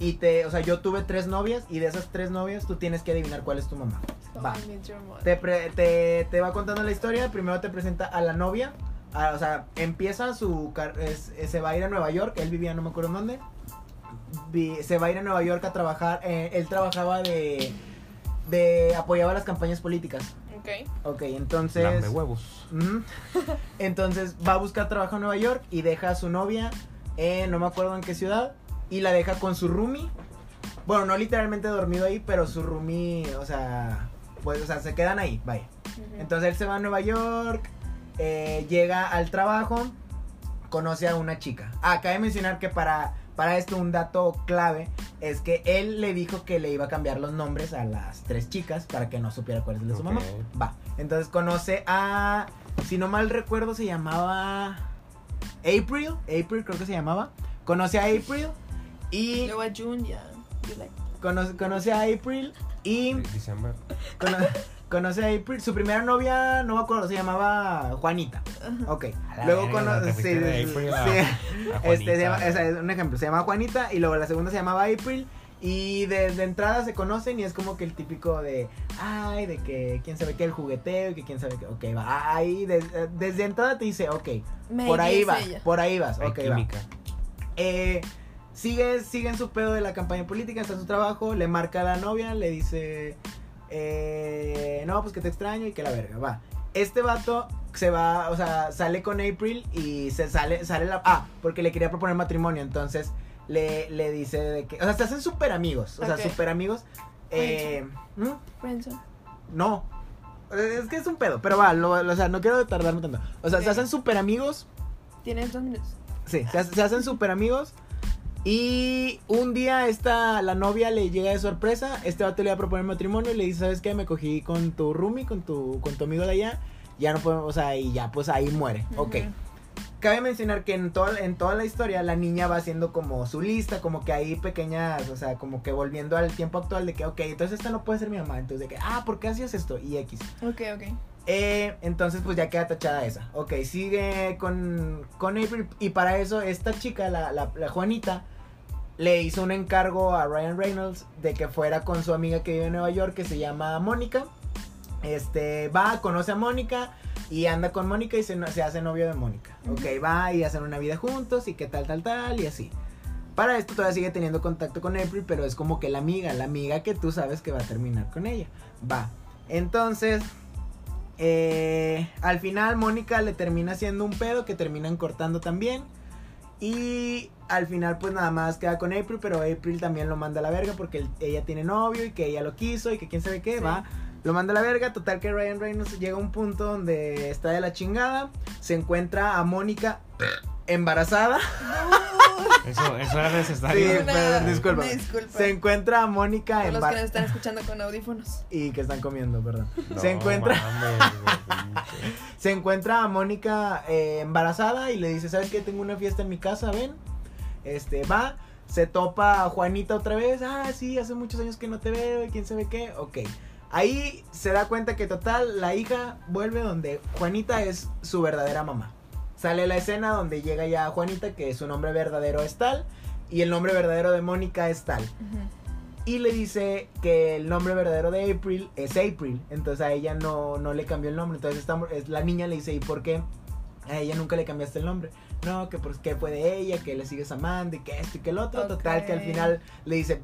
[SPEAKER 2] Y te, o sea, yo tuve tres novias y de esas tres novias tú tienes que adivinar cuál es tu mamá.
[SPEAKER 3] Oh,
[SPEAKER 2] Va.
[SPEAKER 3] I miss your mother.
[SPEAKER 2] Te, pre- te, te va contando la historia, primero te presenta a la novia, a- o sea, empieza su, car- es- es- se va a ir a Nueva York, él vivía no me acuerdo en dónde, Vi- se va a ir a Nueva York a trabajar, eh, él trabajaba de, de, apoyaba las campañas políticas.
[SPEAKER 3] Ok.
[SPEAKER 2] Ok, entonces...
[SPEAKER 1] Lambe huevos.
[SPEAKER 2] Ujú. Entonces va a buscar trabajo en Nueva York y deja a su novia, en, no me acuerdo en qué ciudad, y la deja con su roomie. Bueno, no literalmente dormido ahí, pero su roomie, o sea, pues, o sea, se quedan ahí, vaya.
[SPEAKER 3] Ujú.
[SPEAKER 2] Entonces él se va a Nueva York, eh, llega al trabajo, conoce a una chica. Ah, cabe mencionar que para, para esto un dato clave es que él le dijo que le iba a cambiar los nombres a las tres chicas para que no supiera cuál es el de su
[SPEAKER 1] Ok.
[SPEAKER 2] mamá. Va. Entonces conoce a, si no mal recuerdo, se llamaba April. April creo que se llamaba. Conoce a April y
[SPEAKER 3] Luego a June, ya. You like-
[SPEAKER 2] conoce, conoce a April y...
[SPEAKER 1] Diciembre.
[SPEAKER 2] Cono- conoce a April. Su primera novia, no me acuerdo, se llamaba Juanita. Ok.
[SPEAKER 1] A la
[SPEAKER 2] Luego
[SPEAKER 1] verga, te
[SPEAKER 2] conoce.
[SPEAKER 1] fuiste de April a- A
[SPEAKER 2] Este, se llama-
[SPEAKER 1] Juanita,
[SPEAKER 2] esa es un ejemplo. Se llama Juanita y luego la segunda se llamaba April. Y desde entrada se conocen y es como que el típico de, ay, de que quién sabe qué, el jugueteo y que quién sabe qué. Ok, va. Ahí, desde, desde entrada te dice, ok,
[SPEAKER 3] Maybe
[SPEAKER 2] por ahí
[SPEAKER 3] es
[SPEAKER 2] vas,
[SPEAKER 3] ella.
[SPEAKER 2] por ahí vas,
[SPEAKER 1] Hay
[SPEAKER 2] ok, va.
[SPEAKER 1] química.
[SPEAKER 2] Eh, sigue, sigue en su pedo de la campaña política, está en su trabajo, le marca a la novia, le dice, eh, no, pues que te extraño y que la verga, va. Este vato se va, o sea, sale con April y se sale, sale la... Ah, porque le quería proponer matrimonio, entonces le, le dice de que... O sea, se hacen súper amigos, o
[SPEAKER 3] Ok.
[SPEAKER 2] sea, súper amigos. Eh, ¿hmm?
[SPEAKER 3] Friendzone.
[SPEAKER 2] No. Es que es un pedo, pero va, lo- lo- o sea, no quiero tardarme tanto. O sea, se
[SPEAKER 3] Ok.
[SPEAKER 2] hacen súper amigos.
[SPEAKER 3] Tienes dos minutos.
[SPEAKER 2] Sí, se, hace- se hacen súper amigos. Y un día esta, la novia le llega de sorpresa, este vato le va a proponer matrimonio y le dice, ¿sabes qué? Me cogí con tu roomie, con tu, con tu amigo de allá, ya no podemos, o sea, y ya pues ahí muere. Ok.
[SPEAKER 3] Ujú.
[SPEAKER 2] Cabe mencionar que en, toda en toda la historia la niña va haciendo como su lista, como que ahí pequeñas, o sea, como que volviendo al tiempo actual de que, ok, entonces esta no puede ser mi mamá, entonces de que, ah, ¿por qué hacías esto? Y X.
[SPEAKER 3] Ok, ok.
[SPEAKER 2] Eh, entonces, pues ya queda tachada esa. Ok, sigue con, con April. Y para eso, esta chica, la, la, la Juanita, le hizo un encargo a Ryan Reynolds de que fuera con su amiga que vive en Nueva York, que se llama Mónica. Este, va, conoce a Mónica y anda con Mónica y se, no- se hace novio de Mónica.
[SPEAKER 3] Ujú.
[SPEAKER 2] Ok, va y hacen una vida juntos y qué tal, tal, tal y así. Para esto todavía sigue teniendo contacto con April, pero es como que la amiga, la amiga que tú sabes que va a terminar con ella. Va. Entonces, eh, al final Mónica le termina haciendo un pedo que terminan cortando también. Y al final pues nada más queda con April, pero April también lo manda a la verga porque él- ella tiene novio y que ella lo quiso y que quién sabe qué,
[SPEAKER 3] Sí.
[SPEAKER 2] va. Lo manda a la verga, total que Ryan Reynolds llega a un punto donde está de la chingada, se encuentra a Mónica embarazada.
[SPEAKER 1] Eso, eso era
[SPEAKER 2] Sí,
[SPEAKER 1] necesario.
[SPEAKER 2] perdón, disculpa.
[SPEAKER 3] Disculpa.
[SPEAKER 2] Se encuentra a Mónica
[SPEAKER 3] Para los que nos
[SPEAKER 2] embarazada.
[SPEAKER 3] están escuchando con audífonos.
[SPEAKER 2] Y que están comiendo, perdón.
[SPEAKER 1] No,
[SPEAKER 2] se encuentra
[SPEAKER 1] mames, güey, pinche.
[SPEAKER 2] se encuentra a Mónica eh, embarazada y le dice, ¿sabes qué? Tengo una fiesta en mi casa, ven. Este, va, se topa a Juanita otra vez, ah, sí, hace muchos años que no te veo y quién sabe qué, ok. Ahí se da cuenta que total, la hija vuelve donde Juanita es su verdadera mamá. Sale la escena donde llega ya Juanita, que su nombre verdadero es tal, y el nombre verdadero de Mónica es tal
[SPEAKER 3] Ujú.
[SPEAKER 2] y le dice que el nombre verdadero de April es April. Entonces a ella no, no le cambió el nombre. Entonces esta mu- es- la niña le dice, ¿y por qué? A ella nunca le cambiaste el nombre. No, que porque fue de ella, que le sigues amando y que esto y que el otro. Total, que al
[SPEAKER 3] Ok.
[SPEAKER 2] final le dice,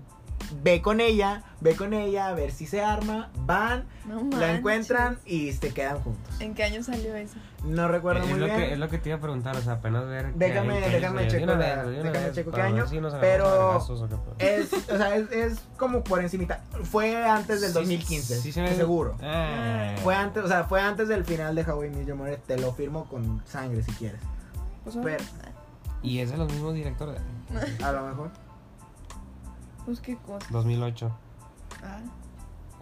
[SPEAKER 2] ve con ella, ve con ella, a ver si se arma. Van,
[SPEAKER 3] No
[SPEAKER 2] la
[SPEAKER 3] manches. Eh.
[SPEAKER 2] encuentran y se quedan juntos.
[SPEAKER 3] ¿En qué año salió eso?
[SPEAKER 2] No recuerdo
[SPEAKER 1] es,
[SPEAKER 2] muy
[SPEAKER 1] lo
[SPEAKER 2] bien.
[SPEAKER 1] que, es lo que te iba a preguntar, o sea, apenas ver. qué
[SPEAKER 2] Déjame-
[SPEAKER 1] hay, qué hay,
[SPEAKER 2] déjame
[SPEAKER 1] güey. De
[SPEAKER 2] checo
[SPEAKER 1] una
[SPEAKER 2] la-
[SPEAKER 1] vez, güey, de una
[SPEAKER 2] déjame
[SPEAKER 1] vez,
[SPEAKER 2] checo qué
[SPEAKER 1] para
[SPEAKER 2] año,
[SPEAKER 1] ver si nos agarramos
[SPEAKER 2] pero-
[SPEAKER 1] a vergazos o qué pedo.
[SPEAKER 2] Es, o sea, es, es como por encimita. Fue antes del
[SPEAKER 1] Sí,
[SPEAKER 2] 2015,
[SPEAKER 1] sí se me-
[SPEAKER 2] seguro.
[SPEAKER 1] Ah.
[SPEAKER 2] Fue antes, o sea, fue antes del final de How I Met Your Mother, te lo firmo con sangre si quieres.
[SPEAKER 3] Pues, bueno,
[SPEAKER 2] Pero-
[SPEAKER 1] Y es de los mismos directores.
[SPEAKER 2] A lo mejor.
[SPEAKER 3] pues qué cosa.
[SPEAKER 1] 2008.
[SPEAKER 3] Ah,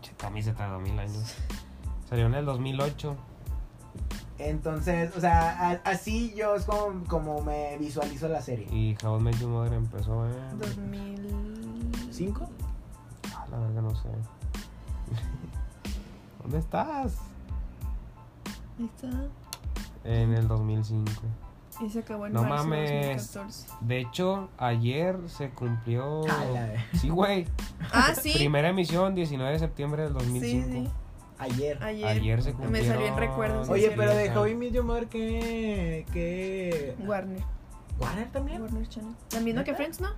[SPEAKER 1] Che, también se tardó mil años. Salió en el 2008.
[SPEAKER 2] Entonces, o sea, a- así yo es como, como me visualizo la serie.
[SPEAKER 1] Y How I Met Your Mother empezó eh. en.
[SPEAKER 3] 2000.
[SPEAKER 2] ¿Cinco?
[SPEAKER 1] Ah, la verdad, no sé. ¿Dónde estás?
[SPEAKER 3] Ahí está.
[SPEAKER 1] En el 2005.
[SPEAKER 3] Y se acabó en
[SPEAKER 1] No
[SPEAKER 3] marzo de
[SPEAKER 1] mames.
[SPEAKER 3] 2014.
[SPEAKER 1] De hecho, ayer se cumplió.
[SPEAKER 2] A la vez.
[SPEAKER 1] Sí, güey.
[SPEAKER 3] Ah, sí.
[SPEAKER 1] Primera emisión, 19 de septiembre del
[SPEAKER 3] sí,
[SPEAKER 1] 2005.
[SPEAKER 3] sí.
[SPEAKER 2] Ayer.
[SPEAKER 3] Ayer.
[SPEAKER 1] Ayer se cumplieron.
[SPEAKER 3] Me salió en recuerdos, sí,
[SPEAKER 2] Oye,
[SPEAKER 3] es
[SPEAKER 2] pero de
[SPEAKER 1] cierto.
[SPEAKER 2] How I Met Your Mother, ¿qué? ¿Qué?
[SPEAKER 3] Warner.
[SPEAKER 2] ¿Warner también?
[SPEAKER 3] Warner Channel. La misma que
[SPEAKER 2] ¿Neta?
[SPEAKER 3] Friends, ¿no?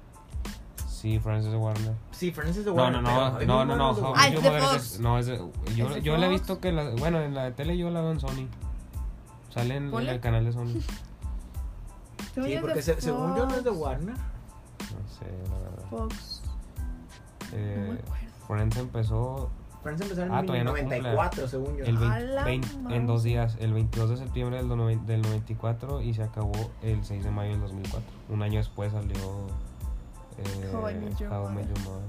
[SPEAKER 1] Sí, Frances Warner.
[SPEAKER 2] Sí, Francis de
[SPEAKER 1] No,
[SPEAKER 2] Warner.
[SPEAKER 1] no, no,
[SPEAKER 2] pero
[SPEAKER 1] no,
[SPEAKER 2] How I Met
[SPEAKER 1] no, no,
[SPEAKER 2] Your Mother
[SPEAKER 1] How
[SPEAKER 3] Ah,
[SPEAKER 1] I Met
[SPEAKER 2] es de
[SPEAKER 1] Your
[SPEAKER 3] es de
[SPEAKER 1] Mother
[SPEAKER 3] Fox.
[SPEAKER 1] es- no, es de- yo,
[SPEAKER 3] ¿Es de
[SPEAKER 1] yo la he
[SPEAKER 3] Fox?
[SPEAKER 1] visto que, la, bueno, en la de tele yo la veo en Sony. Sale en, en
[SPEAKER 3] Ponle.
[SPEAKER 1] el canal de Sony.
[SPEAKER 3] Según
[SPEAKER 2] Sí,
[SPEAKER 3] yo es
[SPEAKER 2] porque
[SPEAKER 3] de
[SPEAKER 2] se- según yo no es de
[SPEAKER 3] Fox.
[SPEAKER 2] Warner.
[SPEAKER 1] No sé, la verdad.
[SPEAKER 3] Fox. No me
[SPEAKER 1] Eh,
[SPEAKER 3] acuerdo.
[SPEAKER 1] Friends empezó
[SPEAKER 2] Francis empezó en
[SPEAKER 1] Ah,
[SPEAKER 2] el
[SPEAKER 1] todavía no cumple.
[SPEAKER 2] 94, según yo. Ah,
[SPEAKER 1] el
[SPEAKER 3] A
[SPEAKER 1] 20
[SPEAKER 3] la
[SPEAKER 1] 20
[SPEAKER 3] madre.
[SPEAKER 1] en dos días, el 22 de septiembre del, noven- del 94 y se acabó el 6 de mayo del 2004. Un año después salió eh,
[SPEAKER 3] How I Met Your
[SPEAKER 1] How I Met
[SPEAKER 3] Mother.
[SPEAKER 1] Your Mother.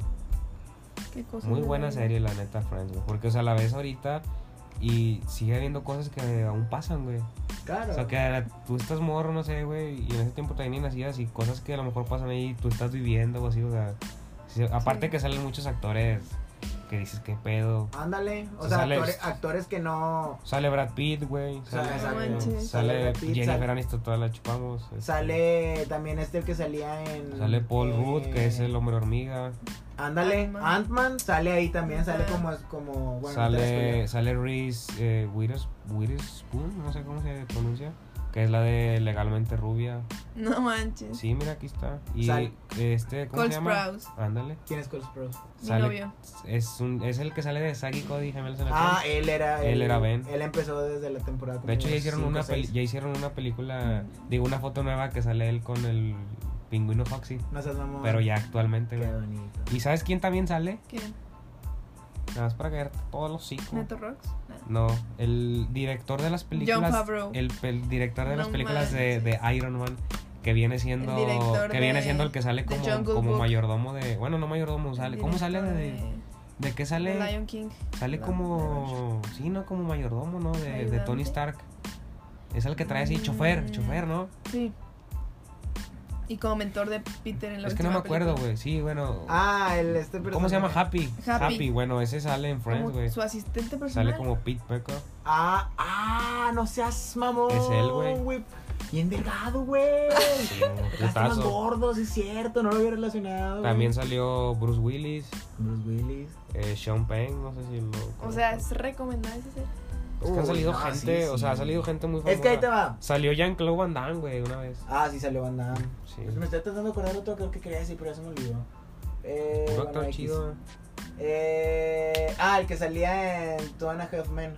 [SPEAKER 3] Qué cosa
[SPEAKER 1] Muy
[SPEAKER 3] de
[SPEAKER 1] buena
[SPEAKER 3] la vida.
[SPEAKER 1] serie, la neta, Friends, güey. Porque, o sea, la ves ahorita y sigue habiendo cosas que aún pasan, güey.
[SPEAKER 2] Claro.
[SPEAKER 1] O sea, que ahora tú estás morro, no sé, güey, y en ese tiempo también ni nacías y cosas que a lo mejor pasan ahí y tú estás viviendo o así, o sea. sí, aparte
[SPEAKER 3] Sí.
[SPEAKER 1] que salen muchos actores que dices, qué pedo.
[SPEAKER 2] Ándale. O
[SPEAKER 1] Se
[SPEAKER 2] sea,
[SPEAKER 1] sale-
[SPEAKER 2] actores- actores que no.
[SPEAKER 1] Sale Brad Pitt, güey.
[SPEAKER 2] sea,
[SPEAKER 1] Sale, este,
[SPEAKER 3] no
[SPEAKER 1] sale
[SPEAKER 3] manches.
[SPEAKER 2] Sale Brad Pitt,
[SPEAKER 1] Jennifer
[SPEAKER 2] sale-
[SPEAKER 1] Aniston, toda la chupamos. este,
[SPEAKER 2] Sale también este el que salía en.
[SPEAKER 1] Sale Paul
[SPEAKER 2] eh,
[SPEAKER 1] Rudd, que es el hombre hormiga.
[SPEAKER 2] Ándale,
[SPEAKER 3] Ant-Man.
[SPEAKER 2] Ant-Man sale ahí también, sale
[SPEAKER 3] Ajá.
[SPEAKER 2] como. como bueno,
[SPEAKER 1] sale,
[SPEAKER 2] te
[SPEAKER 1] sale Reese eh, Withers- Witherspoon, no sé cómo se pronuncia. Que es la de Legalmente Rubia.
[SPEAKER 3] No manches.
[SPEAKER 1] Sí, mira, aquí está. Y
[SPEAKER 2] Sale-
[SPEAKER 1] este, ¿cómo
[SPEAKER 3] Cole
[SPEAKER 1] se llama?
[SPEAKER 3] Sprouse.
[SPEAKER 1] Ándale.
[SPEAKER 2] ¿Quién es Cole Sprouse?
[SPEAKER 3] Mi
[SPEAKER 1] Sale-
[SPEAKER 3] novio.
[SPEAKER 1] Es, un, es el que sale de Sagi Cody Gemelos en la
[SPEAKER 2] Ah, él era.
[SPEAKER 1] Él era Ben.
[SPEAKER 2] Él empezó desde la temporada.
[SPEAKER 1] De hecho, ya hicieron, una peli-
[SPEAKER 2] película.
[SPEAKER 1] ya hicieron una película, digo, una foto nueva que sale él con el pingüino Foxy.
[SPEAKER 2] No seas mamón.
[SPEAKER 1] Pero ya actualmente,
[SPEAKER 2] Qué
[SPEAKER 1] güey.
[SPEAKER 2] bonito.
[SPEAKER 1] ¿Y sabes quién también sale?
[SPEAKER 3] ¿Quién?
[SPEAKER 1] Nada más para caer todos los cinco.
[SPEAKER 3] ¿Neto Rocks? Nada.
[SPEAKER 1] No, el director de las películas.
[SPEAKER 3] Favreau.
[SPEAKER 1] El, pel- director de las
[SPEAKER 3] No
[SPEAKER 1] películas de, de Iron Man. Que viene siendo.
[SPEAKER 3] El director
[SPEAKER 1] que viene
[SPEAKER 3] de-
[SPEAKER 1] siendo el que sale
[SPEAKER 3] de
[SPEAKER 1] como,
[SPEAKER 3] Jungle
[SPEAKER 1] como
[SPEAKER 3] Book.
[SPEAKER 1] mayordomo de. Bueno, no mayordomo, sale.
[SPEAKER 3] El
[SPEAKER 1] ¿Cómo sale
[SPEAKER 3] director
[SPEAKER 1] de.? ¿De qué sale?
[SPEAKER 3] de Lion King.
[SPEAKER 1] Sale
[SPEAKER 3] La-
[SPEAKER 1] como. Sí, ¿no? Como mayordomo, ¿no? De, de Tony
[SPEAKER 3] Ayudante.
[SPEAKER 1] Stark. Es el que trae así, chofer,
[SPEAKER 3] Mm.
[SPEAKER 1] chofer, ¿no?
[SPEAKER 3] Sí. Y como mentor de Peter en la
[SPEAKER 1] Es que no me
[SPEAKER 3] última
[SPEAKER 1] acuerdo,
[SPEAKER 3] película.
[SPEAKER 1] güey. Sí, bueno.
[SPEAKER 2] Ah, el este
[SPEAKER 1] ¿Cómo se llama?
[SPEAKER 2] personaje.
[SPEAKER 1] Happy.
[SPEAKER 3] Happy.
[SPEAKER 1] bueno, ese sale en Friends,
[SPEAKER 3] Como
[SPEAKER 1] güey.
[SPEAKER 3] Su asistente personal.
[SPEAKER 1] Sale como Pete Pecco.
[SPEAKER 2] Ah, ah, no seas mamón.
[SPEAKER 1] Es él, güey.
[SPEAKER 2] Bien delgado, güey. Ya está más
[SPEAKER 1] Putazo.
[SPEAKER 2] gordo, sí es cierto, no lo había relacionado. güey.
[SPEAKER 1] También salió Bruce Willis,
[SPEAKER 2] Bruce Willis.
[SPEAKER 1] eh, Sean Penn, no sé si lo.
[SPEAKER 3] O sea, es recomendable ese ser.
[SPEAKER 1] Es que
[SPEAKER 2] Uy,
[SPEAKER 1] han salido
[SPEAKER 2] no,
[SPEAKER 1] gente,
[SPEAKER 2] sí,
[SPEAKER 1] o
[SPEAKER 2] sí.
[SPEAKER 1] sea, ha salido gente muy famosa.
[SPEAKER 2] Es que ahí te va.
[SPEAKER 1] Salió Jean-Claude Van Damme, güey, una vez.
[SPEAKER 2] Ah, sí salió Van Damme.
[SPEAKER 1] Sí.
[SPEAKER 2] Pues me estoy tratando de acordar otro que que quería decir, pero ya se me olvidó. Eh,
[SPEAKER 1] Un
[SPEAKER 2] bueno,
[SPEAKER 1] actor
[SPEAKER 2] X.
[SPEAKER 1] chido.
[SPEAKER 2] Eh, ah, el que salía en Two and a Half Men.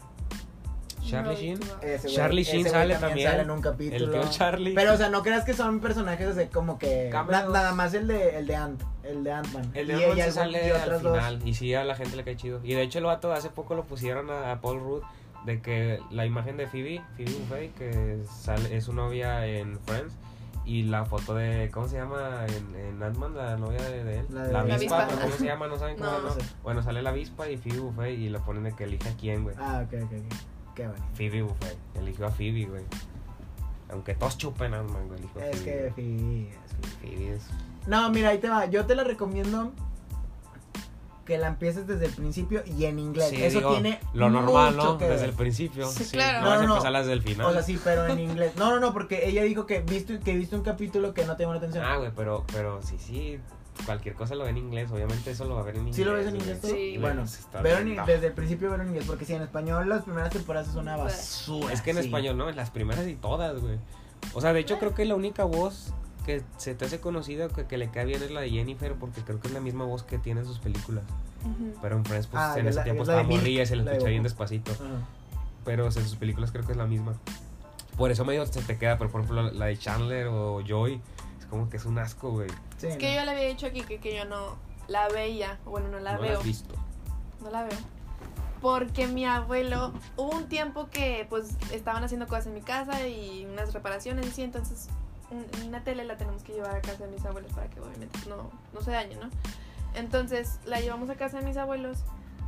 [SPEAKER 1] Charlie
[SPEAKER 3] No,
[SPEAKER 1] Sheen.
[SPEAKER 3] tú vas.
[SPEAKER 2] Ese güey-
[SPEAKER 1] Charlie
[SPEAKER 2] ese
[SPEAKER 1] Sheen
[SPEAKER 2] güey
[SPEAKER 1] sale también.
[SPEAKER 2] Sale en un capítulo.
[SPEAKER 1] El tío Charlie.
[SPEAKER 2] Pero, o sea, no creas que son personajes así como que.
[SPEAKER 1] Cameos.
[SPEAKER 2] na- nada más el de, el de Ant. El de Ant-Man.
[SPEAKER 1] El
[SPEAKER 2] Y
[SPEAKER 1] de Ant-Man
[SPEAKER 2] ella
[SPEAKER 1] se
[SPEAKER 2] algún- y
[SPEAKER 1] sale al
[SPEAKER 2] otras dos.
[SPEAKER 1] final. Y sí, a la gente le cae chido. Y de hecho, el vato hace poco lo pusieron a, a Paul Rudd de que la imagen de Phoebe, Phoebe Buffay, que sale, es su novia en Friends. Y la foto de, ¿cómo se llama? En, en Ant-Man, la novia de, de él.
[SPEAKER 2] La
[SPEAKER 1] La,
[SPEAKER 2] de-
[SPEAKER 3] La
[SPEAKER 1] avispa,
[SPEAKER 3] avispa.
[SPEAKER 1] pero ¿cómo se llama? No saben cómo
[SPEAKER 3] No.
[SPEAKER 1] se llama. Bueno, sale la avispa y Phoebe Buffay y le ponen de que elija a quién, güey.
[SPEAKER 2] Ah, ok, ok, ok. Qué bueno.
[SPEAKER 1] Phoebe Buffay. Eligió a Phoebe, güey. Aunque todos chupen a Ant-Man, güey. eligió a
[SPEAKER 2] Es
[SPEAKER 1] Phoebe,
[SPEAKER 2] que.
[SPEAKER 1] güey.
[SPEAKER 2] sí, es que-
[SPEAKER 1] Phoebe es...
[SPEAKER 2] No, mira, ahí te va. Yo te la recomiendo que la empieces desde el principio y en inglés.
[SPEAKER 1] Sí,
[SPEAKER 2] Eso
[SPEAKER 1] digo,
[SPEAKER 2] tiene
[SPEAKER 1] lo normal,
[SPEAKER 2] mucho
[SPEAKER 1] ¿no?
[SPEAKER 2] que
[SPEAKER 1] Desde
[SPEAKER 2] ver.
[SPEAKER 1] el principio.
[SPEAKER 3] Sí, claro.
[SPEAKER 1] No,
[SPEAKER 2] No,
[SPEAKER 1] vas
[SPEAKER 2] no,
[SPEAKER 1] a
[SPEAKER 2] no.
[SPEAKER 1] empezar las del final.
[SPEAKER 2] O sea, sí, pero en inglés. No, no, no, porque ella dijo que viste que viste un capítulo que no te llamó la atención.
[SPEAKER 1] Ah, güey, pero, pero sí, sí. Cualquier cosa lo ve en inglés. Obviamente eso lo va a ver en inglés.
[SPEAKER 2] ¿Sí lo ves en inglés tú?
[SPEAKER 1] güey.
[SPEAKER 3] Sí.
[SPEAKER 2] Bueno,
[SPEAKER 1] Sí, está
[SPEAKER 2] pero en-
[SPEAKER 1] bien,
[SPEAKER 2] desde el principio verlo en inglés, porque si en español las primeras temporadas es una
[SPEAKER 3] Bah.
[SPEAKER 2] basura.
[SPEAKER 1] Es que en
[SPEAKER 2] sí.
[SPEAKER 1] español, ¿no? En las primeras y todas, güey. O sea, de hecho creo que la única voz que se te hace conocida que, que le cae bien es la de Jennifer porque creo que es la misma voz que tiene en sus películas.
[SPEAKER 3] Ujú.
[SPEAKER 1] Pero en Friends, pues
[SPEAKER 2] Ah,
[SPEAKER 1] en
[SPEAKER 2] es
[SPEAKER 1] ese
[SPEAKER 2] la-
[SPEAKER 1] tiempo
[SPEAKER 2] es la de
[SPEAKER 1] estaba morrilla y se la
[SPEAKER 2] Milk, la de
[SPEAKER 1] escucha bien
[SPEAKER 2] Bobo.
[SPEAKER 1] despacito.
[SPEAKER 2] Ajá.
[SPEAKER 1] Pero o sea, en sus películas creo que es la misma. Por eso medio se te queda, pero por ejemplo la de Chandler o Joy, es como que es un asco, güey.
[SPEAKER 2] Sí,
[SPEAKER 3] Es que
[SPEAKER 2] no.
[SPEAKER 3] yo le había dicho aquí que, que yo no la veía. Bueno, no la
[SPEAKER 1] no la
[SPEAKER 3] veo.
[SPEAKER 1] has visto.
[SPEAKER 3] No la veo. Porque mi abuelo, hubo un tiempo que pues estaban haciendo cosas en mi casa y unas reparaciones y sí, entonces un- una tele la tenemos que llevar a casa de mis abuelos para que obviamente no, no se dañe, ¿no? Entonces la llevamos a casa de mis abuelos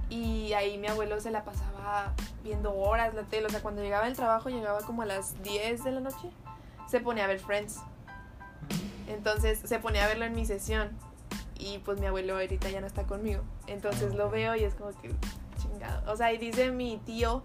[SPEAKER 3] y ahí mi abuelo se la pasaba viendo horas la tele, o sea, cuando llegaba del trabajo llegaba como a las 10 de la noche, se ponía a ver Friends. Entonces se ponía a verlo en mi sesión y pues mi abuelo ahorita ya no está conmigo. Entonces
[SPEAKER 2] Ah,
[SPEAKER 3] lo
[SPEAKER 2] ok.
[SPEAKER 3] veo y es como que chingado. O sea, y dice mi tío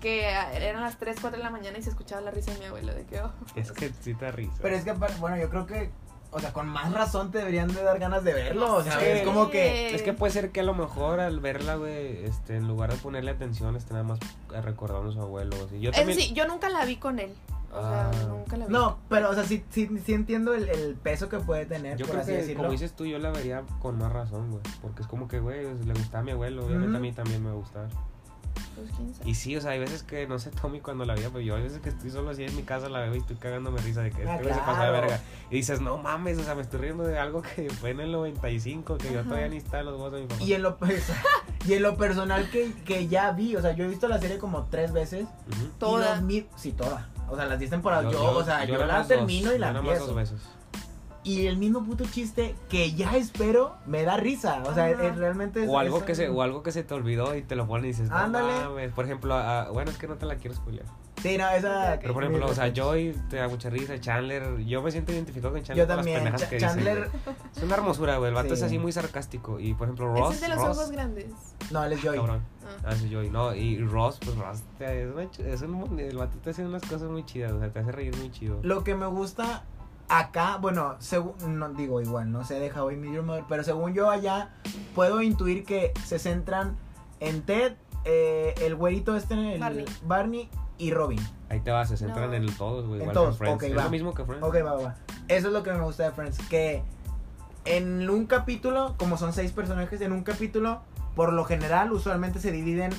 [SPEAKER 3] que ah, eran las 3, 4 de la mañana y se escuchaba la risa de mi abuelo de que... oh.
[SPEAKER 1] Es que sí te da risa.
[SPEAKER 2] Pero es que, apar- bueno, yo creo que, o sea, con más razón te deberían de dar ganas de verlo. O sea,
[SPEAKER 1] Sí.
[SPEAKER 2] es como que.
[SPEAKER 3] Eh.
[SPEAKER 1] Es que puede ser que a lo mejor al verla, güey, este, en lugar de ponerle atención, esté nada más recordando a su abuelo. Así. Yo
[SPEAKER 3] Eso
[SPEAKER 1] también.
[SPEAKER 3] sí, yo nunca la vi con él. O sea,
[SPEAKER 1] Ah.
[SPEAKER 3] nunca la vi.
[SPEAKER 2] No, pero, o sea, sí, sí, sí entiendo el, el peso que puede tener,
[SPEAKER 1] Yo
[SPEAKER 2] por
[SPEAKER 1] creo
[SPEAKER 2] así
[SPEAKER 1] que,
[SPEAKER 2] decirlo.
[SPEAKER 1] como dices tú, yo la vería con más razón, güey. Porque es como que, güey, pues, le gustaba a mi abuelo. Obviamente
[SPEAKER 2] Ujú.
[SPEAKER 1] a mí también me gustaba.
[SPEAKER 3] Pues, quién sabe.
[SPEAKER 1] Y sí, o sea, hay veces que, no sé, Tommy, cuando la veía, pero yo hay veces que estoy solo así en mi casa, la veo y estoy cagándome risa de que
[SPEAKER 2] Ah,
[SPEAKER 1] este güey se
[SPEAKER 2] claro.
[SPEAKER 1] pasó de verga. Y dices, no mames, o sea, me estoy riendo de algo que fue en el 95, que yo
[SPEAKER 3] Ajá.
[SPEAKER 1] todavía ni estaba en los huevos de mi papá.
[SPEAKER 2] Y en lo, pers- y en lo personal que, que ya vi, o sea, yo he visto la serie como tres veces.
[SPEAKER 1] Ujú.
[SPEAKER 2] y
[SPEAKER 3] Toda.
[SPEAKER 2] los mi- sí, toda. O sea, las 10 temporadas. Yo, o sea, yo,
[SPEAKER 1] nada
[SPEAKER 2] la
[SPEAKER 1] más dos,
[SPEAKER 2] termino y
[SPEAKER 1] yo
[SPEAKER 2] la
[SPEAKER 1] nada más dos
[SPEAKER 2] empiezo.
[SPEAKER 1] veces.
[SPEAKER 2] Y el mismo puto chiste que ya espero me da risa. O sea,
[SPEAKER 3] Ajá.
[SPEAKER 2] es- realmente es.
[SPEAKER 1] O algo,
[SPEAKER 2] es-
[SPEAKER 1] que se, o algo que se te olvidó y te lo ponen y dices, no
[SPEAKER 2] Ándale.
[SPEAKER 1] mames. Por ejemplo, a- a- bueno, es que no te la quiero spoilear.
[SPEAKER 2] Sí, no, esa.
[SPEAKER 1] Pero por
[SPEAKER 2] mi
[SPEAKER 1] ejemplo, o sea,
[SPEAKER 2] respeto.
[SPEAKER 1] Joy te da mucha risa, Chandler. Yo me siento identificado con Chandler
[SPEAKER 2] Yo
[SPEAKER 1] por las
[SPEAKER 2] también.
[SPEAKER 1] pendejas
[SPEAKER 2] Cha-
[SPEAKER 1] que dice,
[SPEAKER 2] Chandler.
[SPEAKER 1] güey. Es una hermosura, güey. El vato
[SPEAKER 2] Sí.
[SPEAKER 1] es así muy sarcástico. Y por ejemplo,
[SPEAKER 3] Ese
[SPEAKER 1] Ross.
[SPEAKER 3] es de los
[SPEAKER 1] Ross,
[SPEAKER 3] ojos grandes.
[SPEAKER 2] No, él es Joy.
[SPEAKER 1] Cabrón.
[SPEAKER 3] Ah.
[SPEAKER 1] Ah, sí, Joy. No, y Ross, pues Ross te- es, una ch- es un, el vato te hace unas cosas muy chidas, o sea, te hace reír muy chido.
[SPEAKER 2] Lo que me gusta acá, bueno, según, no digo igual, no se deja hoy mi Mother, pero según yo allá puedo intuir que se centran en Ted, eh, el güerito este, el
[SPEAKER 3] Barney.
[SPEAKER 2] Barney y Robin.
[SPEAKER 1] Ahí te vas, se centran
[SPEAKER 3] No.
[SPEAKER 1] en todos, güey.
[SPEAKER 2] En
[SPEAKER 1] Igual
[SPEAKER 2] todos,
[SPEAKER 1] que Friends.
[SPEAKER 2] ok,
[SPEAKER 1] es
[SPEAKER 2] va.
[SPEAKER 1] lo mismo que Friends.
[SPEAKER 2] Ok, va, va, va. Eso es lo que me gusta de Friends, que en un capítulo, como son seis personajes, en un capítulo, por lo general, usualmente se dividen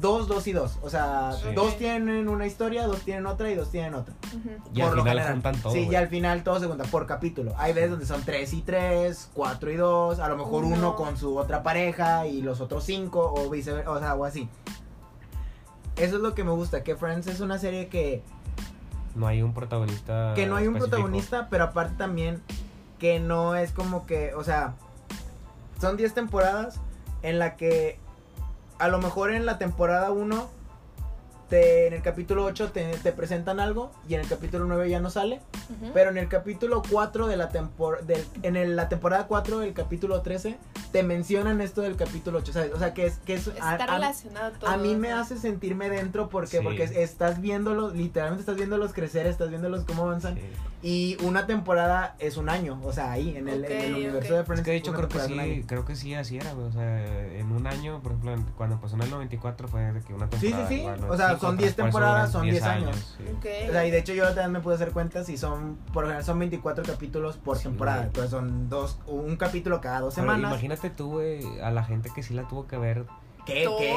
[SPEAKER 2] dos, dos y dos. O sea,
[SPEAKER 1] Sí.
[SPEAKER 2] dos tienen una historia, dos tienen otra y dos tienen otra.
[SPEAKER 3] Ujú.
[SPEAKER 1] Y al
[SPEAKER 2] Por lo
[SPEAKER 1] final
[SPEAKER 2] general.
[SPEAKER 1] juntan todo.
[SPEAKER 2] Sí,
[SPEAKER 1] güey.
[SPEAKER 2] y al final todo se cuenta por capítulo. Hay veces donde son 3 y 3, 4 y 2, a lo mejor uno,
[SPEAKER 3] Uno.
[SPEAKER 2] con su otra pareja y los otros 5 o viceversa, o sea, o así. Eso es lo que me gusta, que Friends es una serie que,
[SPEAKER 1] No hay un protagonista.
[SPEAKER 2] que no hay un
[SPEAKER 1] Ah, específico.
[SPEAKER 2] protagonista, pero aparte también que no es como que, o sea, son 10 temporadas en la que a lo mejor en la temporada 1 te- en el capítulo 8 te, te presentan algo y en el capítulo 9 ya no sale.
[SPEAKER 3] Ujú.
[SPEAKER 2] Pero en el capítulo 4 de la, tempor- del- en el- la temporada 4 del capítulo 13 te mencionan esto del capítulo 8. ¿sabes? O sea, que es... Que es a-
[SPEAKER 3] Está
[SPEAKER 2] a-
[SPEAKER 3] relacionado todo.
[SPEAKER 2] a mí me
[SPEAKER 3] o sea,
[SPEAKER 2] hace sentirme dentro porque,
[SPEAKER 1] Sí.
[SPEAKER 2] porque estás viéndolos, literalmente estás viéndolos crecer, estás viéndolos cómo avanzan.
[SPEAKER 1] Sí.
[SPEAKER 2] Y una temporada es un año, o sea, ahí, en el, en el
[SPEAKER 3] Ok,
[SPEAKER 2] universo
[SPEAKER 3] ok.
[SPEAKER 2] de Friends.
[SPEAKER 1] Es que de hecho
[SPEAKER 2] una
[SPEAKER 1] creo que
[SPEAKER 2] temporada es un
[SPEAKER 1] sí,
[SPEAKER 2] año.
[SPEAKER 1] creo que sí así era, güey. O sea, en un año, por ejemplo, en- cuando pasó en el 94 fue de que una
[SPEAKER 2] sí,
[SPEAKER 1] temporada.
[SPEAKER 2] sí.
[SPEAKER 1] igual, ¿no?
[SPEAKER 2] O sea,
[SPEAKER 1] Cinco,
[SPEAKER 2] son
[SPEAKER 1] otras,
[SPEAKER 2] 10
[SPEAKER 1] por eso duran
[SPEAKER 2] temporadas, son 10 años.
[SPEAKER 1] sí.
[SPEAKER 3] ok.
[SPEAKER 2] O sea, y de hecho yo también me pude hacer cuenta si son, por ejemplo, son 24 capítulos por
[SPEAKER 1] Sí,
[SPEAKER 2] temporada.
[SPEAKER 1] güey.
[SPEAKER 2] Entonces son dos, un capítulo cada dos
[SPEAKER 1] Pero
[SPEAKER 2] semanas.
[SPEAKER 1] imagínate tú, güey, a la gente que sí la tuvo que ver.
[SPEAKER 2] ¿Qué,
[SPEAKER 3] Todas.
[SPEAKER 2] qué
[SPEAKER 1] que,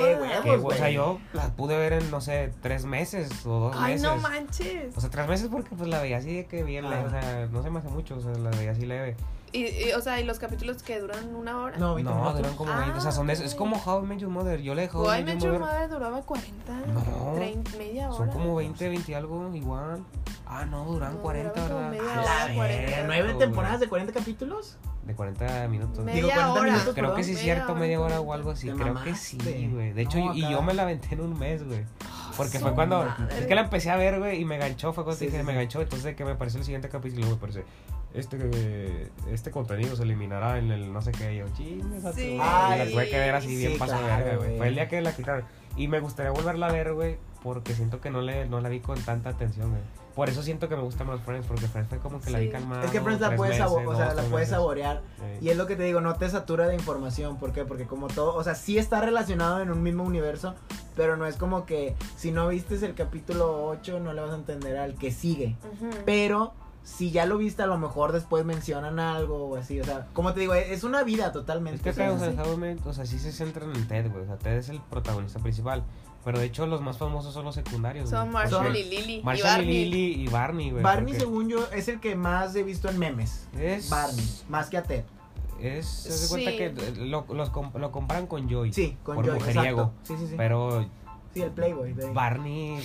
[SPEAKER 2] huevos,
[SPEAKER 1] o sea,
[SPEAKER 2] güey?
[SPEAKER 1] yo la pude ver en, no sé, tres meses o dos
[SPEAKER 3] Ay,
[SPEAKER 1] meses.
[SPEAKER 3] no manches.
[SPEAKER 1] O sea, tres meses porque pues la veía así de que bien leve,
[SPEAKER 2] Ah.
[SPEAKER 1] o sea, no se me hace mucho, o sea, la veía así leve.
[SPEAKER 3] y, y, o sea, y los capítulos que duran una hora.
[SPEAKER 2] No, 20
[SPEAKER 1] No,
[SPEAKER 2] minutos.
[SPEAKER 1] duran como
[SPEAKER 3] Ah,
[SPEAKER 1] 20, o sea, son de, es
[SPEAKER 3] ok.
[SPEAKER 1] como How I Met Your Mother, yo le dejo
[SPEAKER 3] Boy, Met Your Mother duraba 40,
[SPEAKER 1] No.
[SPEAKER 3] 30, media hora.
[SPEAKER 1] Son como 20, 20 y algo igual. Ah, no, duran
[SPEAKER 3] No,
[SPEAKER 1] 40,
[SPEAKER 3] duraban como
[SPEAKER 1] ¿verdad? Ah,
[SPEAKER 3] media
[SPEAKER 1] A
[SPEAKER 3] hora,
[SPEAKER 1] la
[SPEAKER 3] 40.
[SPEAKER 1] verga,
[SPEAKER 2] ¿Nueve
[SPEAKER 1] güey.
[SPEAKER 2] temporadas de 40 capítulos?
[SPEAKER 1] De 40 minutos.
[SPEAKER 3] Media
[SPEAKER 2] Digo, 40
[SPEAKER 3] hora.
[SPEAKER 2] minutos,
[SPEAKER 1] Creo que sí es
[SPEAKER 3] Media
[SPEAKER 1] cierto,
[SPEAKER 3] hora,
[SPEAKER 1] media hora
[SPEAKER 3] entonces.
[SPEAKER 1] o algo así.
[SPEAKER 2] Te
[SPEAKER 1] Creo
[SPEAKER 2] mamaste.
[SPEAKER 1] que sí, güey. De hecho,
[SPEAKER 2] No,
[SPEAKER 1] y
[SPEAKER 2] acá.
[SPEAKER 1] yo me la aventé en un mes, güey. Porque
[SPEAKER 3] Ah, su
[SPEAKER 1] fue cuando.
[SPEAKER 3] madre.
[SPEAKER 1] Es que la empecé a ver, güey, y me ganchó. Fue cuando
[SPEAKER 2] Sí,
[SPEAKER 1] dije,
[SPEAKER 2] sí,
[SPEAKER 1] me
[SPEAKER 2] sí.
[SPEAKER 1] ganchó. Entonces, de que me pareció el siguiente capítulo, me parece. Este, eh, este contenido se eliminará en el no sé qué. Y yo, chingas a tu
[SPEAKER 3] Sí.
[SPEAKER 1] madre". Y la
[SPEAKER 2] Ay,
[SPEAKER 1] tuve que ver así
[SPEAKER 2] sí,
[SPEAKER 1] bien paso de verga,
[SPEAKER 2] claro,
[SPEAKER 1] güey.
[SPEAKER 2] güey.
[SPEAKER 1] Fue el día que la quitaron. Y me gustaría volverla a ver, güey, porque siento que no, le, no la vi con tanta atención, güey. Por eso siento que me gusta más Friends, porque Friends fue como que la vi
[SPEAKER 3] Sí.
[SPEAKER 1] calmada.
[SPEAKER 2] Es que Friends la
[SPEAKER 1] tres
[SPEAKER 2] puedes, sabo-
[SPEAKER 1] meses,
[SPEAKER 2] o sea,
[SPEAKER 1] dos,
[SPEAKER 2] la
[SPEAKER 1] tres
[SPEAKER 2] puedes
[SPEAKER 1] meses.
[SPEAKER 2] saborear.
[SPEAKER 1] Sí.
[SPEAKER 2] Y es lo que te digo, no te satura de información. ¿Por qué? Porque como todo, o sea, sí está relacionado en un mismo universo, pero no es como que si no vistes el capítulo 8 no le vas a entender al que sigue.
[SPEAKER 3] Ujú.
[SPEAKER 2] Pero si ya lo viste, a lo mejor después mencionan algo o así. O sea, como te digo, e- es una vida totalmente.
[SPEAKER 1] Es que
[SPEAKER 2] o sea,
[SPEAKER 1] acá, o sea,
[SPEAKER 3] sí.
[SPEAKER 1] How I Met- o sea, sí se centran en Ted, güey. O sea, Ted es el protagonista principal. Pero de hecho, los más famosos son los secundarios.
[SPEAKER 3] Son
[SPEAKER 1] güey.
[SPEAKER 3] Marshall
[SPEAKER 1] Porque
[SPEAKER 3] y Lily.
[SPEAKER 1] Marshall y,
[SPEAKER 3] Barney.
[SPEAKER 1] Lily y Barney, güey.
[SPEAKER 2] Barney,
[SPEAKER 1] porque
[SPEAKER 2] según yo, es el que más he visto en memes.
[SPEAKER 1] es,
[SPEAKER 2] Barney, más que a Ted.
[SPEAKER 1] Es. Se
[SPEAKER 3] Sí.
[SPEAKER 1] cuenta que eh, lo, los comp- lo comparan con Joy.
[SPEAKER 2] Sí, con
[SPEAKER 1] Por
[SPEAKER 2] Joey,
[SPEAKER 1] mujeriego.
[SPEAKER 2] exacto. Sí, sí, sí.
[SPEAKER 1] Pero
[SPEAKER 2] sí, el Playboy. de-
[SPEAKER 1] Barney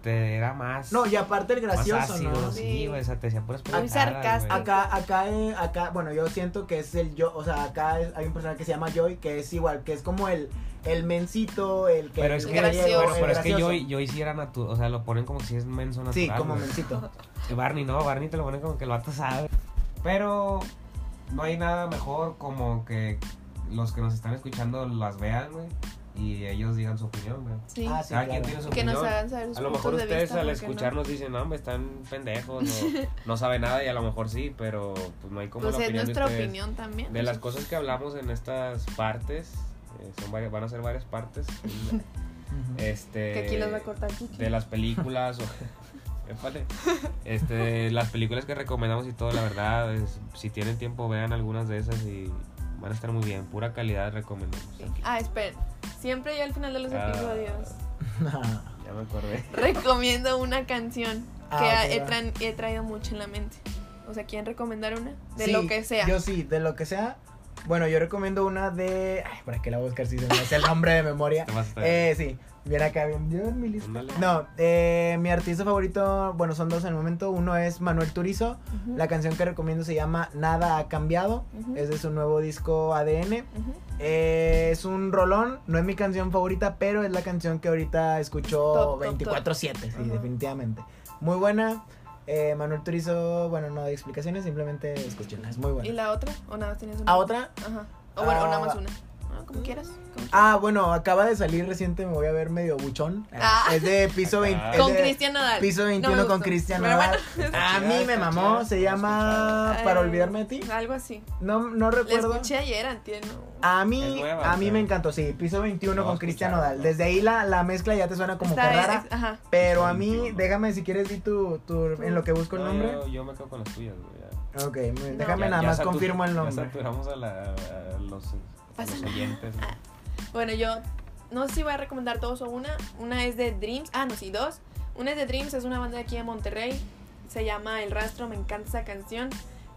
[SPEAKER 1] te era más.
[SPEAKER 2] No, y aparte el
[SPEAKER 1] más
[SPEAKER 2] gracioso,
[SPEAKER 1] ácido,
[SPEAKER 2] ¿no?
[SPEAKER 1] Sí, güey. O sea, te decía puras
[SPEAKER 3] Muy
[SPEAKER 1] pendejadas,
[SPEAKER 3] sarcástico.
[SPEAKER 1] güey.
[SPEAKER 2] Acá, acá, eh, acá, bueno, yo siento que es el yo, o sea, acá es- hay un personaje que se llama Joy, que es igual, que es como el, el mencito, el que...
[SPEAKER 1] Pero es que,
[SPEAKER 2] el
[SPEAKER 3] gracioso.
[SPEAKER 1] bueno, pero es que
[SPEAKER 2] gracioso.
[SPEAKER 1] Joy, Joy sí era natural. O sea, lo ponen como si es menso natural.
[SPEAKER 2] Sí, como
[SPEAKER 1] güey.
[SPEAKER 2] mencito.
[SPEAKER 1] Eh, Barney no, Barney te lo ponen como que lo vato sabe. Pero no hay nada mejor como que los que nos están escuchando las vean, güey, y ellos digan su opinión, güey.
[SPEAKER 3] Sí.
[SPEAKER 2] Ah, sí,
[SPEAKER 1] Cada
[SPEAKER 2] claro.
[SPEAKER 1] quien tiene su
[SPEAKER 3] que
[SPEAKER 1] opinión.
[SPEAKER 3] nos hagan saber sus
[SPEAKER 1] a lo
[SPEAKER 3] puntos
[SPEAKER 1] mejor
[SPEAKER 3] de
[SPEAKER 1] ustedes
[SPEAKER 3] vista,
[SPEAKER 1] al
[SPEAKER 3] porque no.
[SPEAKER 1] escucharnos dicen, no, hombre, están pendejos, no, no saben nada y a lo mejor sí, pero pues no hay como
[SPEAKER 3] Pues
[SPEAKER 1] la
[SPEAKER 3] es
[SPEAKER 1] opinión de
[SPEAKER 3] nuestra
[SPEAKER 1] ustedes.
[SPEAKER 3] opinión también.
[SPEAKER 1] De las cosas que hablamos en estas partes, eh, son varias- van a ser varias partes,
[SPEAKER 2] Ujú.
[SPEAKER 1] este...
[SPEAKER 3] Que aquí las va a cortar Kiki.
[SPEAKER 1] de las películas o Épale. este de las películas que recomendamos y todo la verdad es- si tienen tiempo vean algunas de esas y van a estar muy bien pura calidad recomendamos
[SPEAKER 3] Sí. Ah, esperen. Siempre yo al final de los
[SPEAKER 1] Ah.
[SPEAKER 3] episodios
[SPEAKER 1] ya me acordé
[SPEAKER 3] recomiendo una canción
[SPEAKER 2] Ah,
[SPEAKER 3] que
[SPEAKER 2] ok,
[SPEAKER 3] ha- he,
[SPEAKER 2] va.
[SPEAKER 3] tra- he traído mucho en la mente. O sea, ¿quieren recomendar una? De
[SPEAKER 2] Sí,
[SPEAKER 3] lo que sea.
[SPEAKER 2] Yo sí, de lo que sea. Bueno, yo recomiendo una de... Ay, ¿para qué la voy a buscar si se me hace el nombre de memoria?
[SPEAKER 1] Te vas a estar-
[SPEAKER 2] Eh, sí. Bien acá, bien. Yo en mi lista.
[SPEAKER 1] Ándale.
[SPEAKER 2] No, eh, mi artista favorito, bueno, son dos en el momento. Uno es Manuel Turizo.
[SPEAKER 3] Ujú,
[SPEAKER 2] La canción que recomiendo se llama Nada ha cambiado.
[SPEAKER 3] Ujú.
[SPEAKER 2] Es de su nuevo disco ADN.
[SPEAKER 3] ujú.
[SPEAKER 2] Eh, es un rolón, no es mi canción favorita, pero es la canción que ahorita escucho
[SPEAKER 3] Top, top,
[SPEAKER 2] 24-7, sí,
[SPEAKER 3] Ajá.
[SPEAKER 2] definitivamente. Muy buena. Eh, Manuel Turizo, bueno, no doy explicaciones, simplemente escúchenla, es muy
[SPEAKER 3] ¿Y
[SPEAKER 2] buena.
[SPEAKER 3] la otra? ¿O nada más tenías una?
[SPEAKER 2] ¿A otra?
[SPEAKER 3] Ajá. O bueno, o nada más
[SPEAKER 2] Ah.
[SPEAKER 3] una. Ah, como quieras. como quieras.
[SPEAKER 2] Ah, bueno, acaba de salir reciente, me voy a ver medio buchón.
[SPEAKER 3] Ah.
[SPEAKER 2] Es de piso 20.
[SPEAKER 1] Ah.
[SPEAKER 2] es
[SPEAKER 3] con
[SPEAKER 2] de
[SPEAKER 3] Cristian Nadal.
[SPEAKER 2] Piso
[SPEAKER 3] No me
[SPEAKER 2] 21 con
[SPEAKER 3] gustó.
[SPEAKER 2] Cristian
[SPEAKER 3] Pero
[SPEAKER 2] Nadal.
[SPEAKER 1] Está
[SPEAKER 2] A
[SPEAKER 1] chida,
[SPEAKER 2] mí me
[SPEAKER 1] está chida,
[SPEAKER 2] mamó, se
[SPEAKER 1] no la he escuchado.
[SPEAKER 2] llama
[SPEAKER 3] escuchado.
[SPEAKER 2] Para
[SPEAKER 3] Eh,
[SPEAKER 2] olvidarme de ti. Ah,
[SPEAKER 3] bueno, algo así.
[SPEAKER 2] No, no
[SPEAKER 3] La
[SPEAKER 2] recuerdo.
[SPEAKER 3] escuché ayer, entiendo.
[SPEAKER 2] A mí,
[SPEAKER 1] Es nueva,
[SPEAKER 2] a mí
[SPEAKER 1] pero-
[SPEAKER 2] me encantó, sí, piso 21
[SPEAKER 1] No,
[SPEAKER 2] con Cristian
[SPEAKER 1] escuchar,
[SPEAKER 2] Nodal.
[SPEAKER 1] ¿no?
[SPEAKER 2] Desde ahí la, la mezcla ya te suena como que rara,
[SPEAKER 3] ajá.
[SPEAKER 2] pero
[SPEAKER 1] Piso
[SPEAKER 2] a mí,
[SPEAKER 1] 21.
[SPEAKER 2] déjame si quieres di tu, tu en lo que busco el
[SPEAKER 1] No,
[SPEAKER 2] nombre.
[SPEAKER 1] yo, yo me quedo con las tuyas güey, ya.
[SPEAKER 2] Ok, muy bien,
[SPEAKER 3] No.
[SPEAKER 2] déjame
[SPEAKER 1] Ya-
[SPEAKER 2] nada
[SPEAKER 1] ya
[SPEAKER 2] más
[SPEAKER 1] satu-
[SPEAKER 2] confirmo el
[SPEAKER 1] ya
[SPEAKER 2] nombre.
[SPEAKER 1] saturamos a, la- a los, a
[SPEAKER 3] Pasa
[SPEAKER 1] los
[SPEAKER 3] nada.
[SPEAKER 1] oyentes güey.
[SPEAKER 3] Bueno, yo no sé si voy a recomendar dos o una. Una es de Dreams. Ah, no, sí, dos. Una es de Dreams, es una banda de aquí de Monterrey. Se llama El Rastro, me encanta esa canción.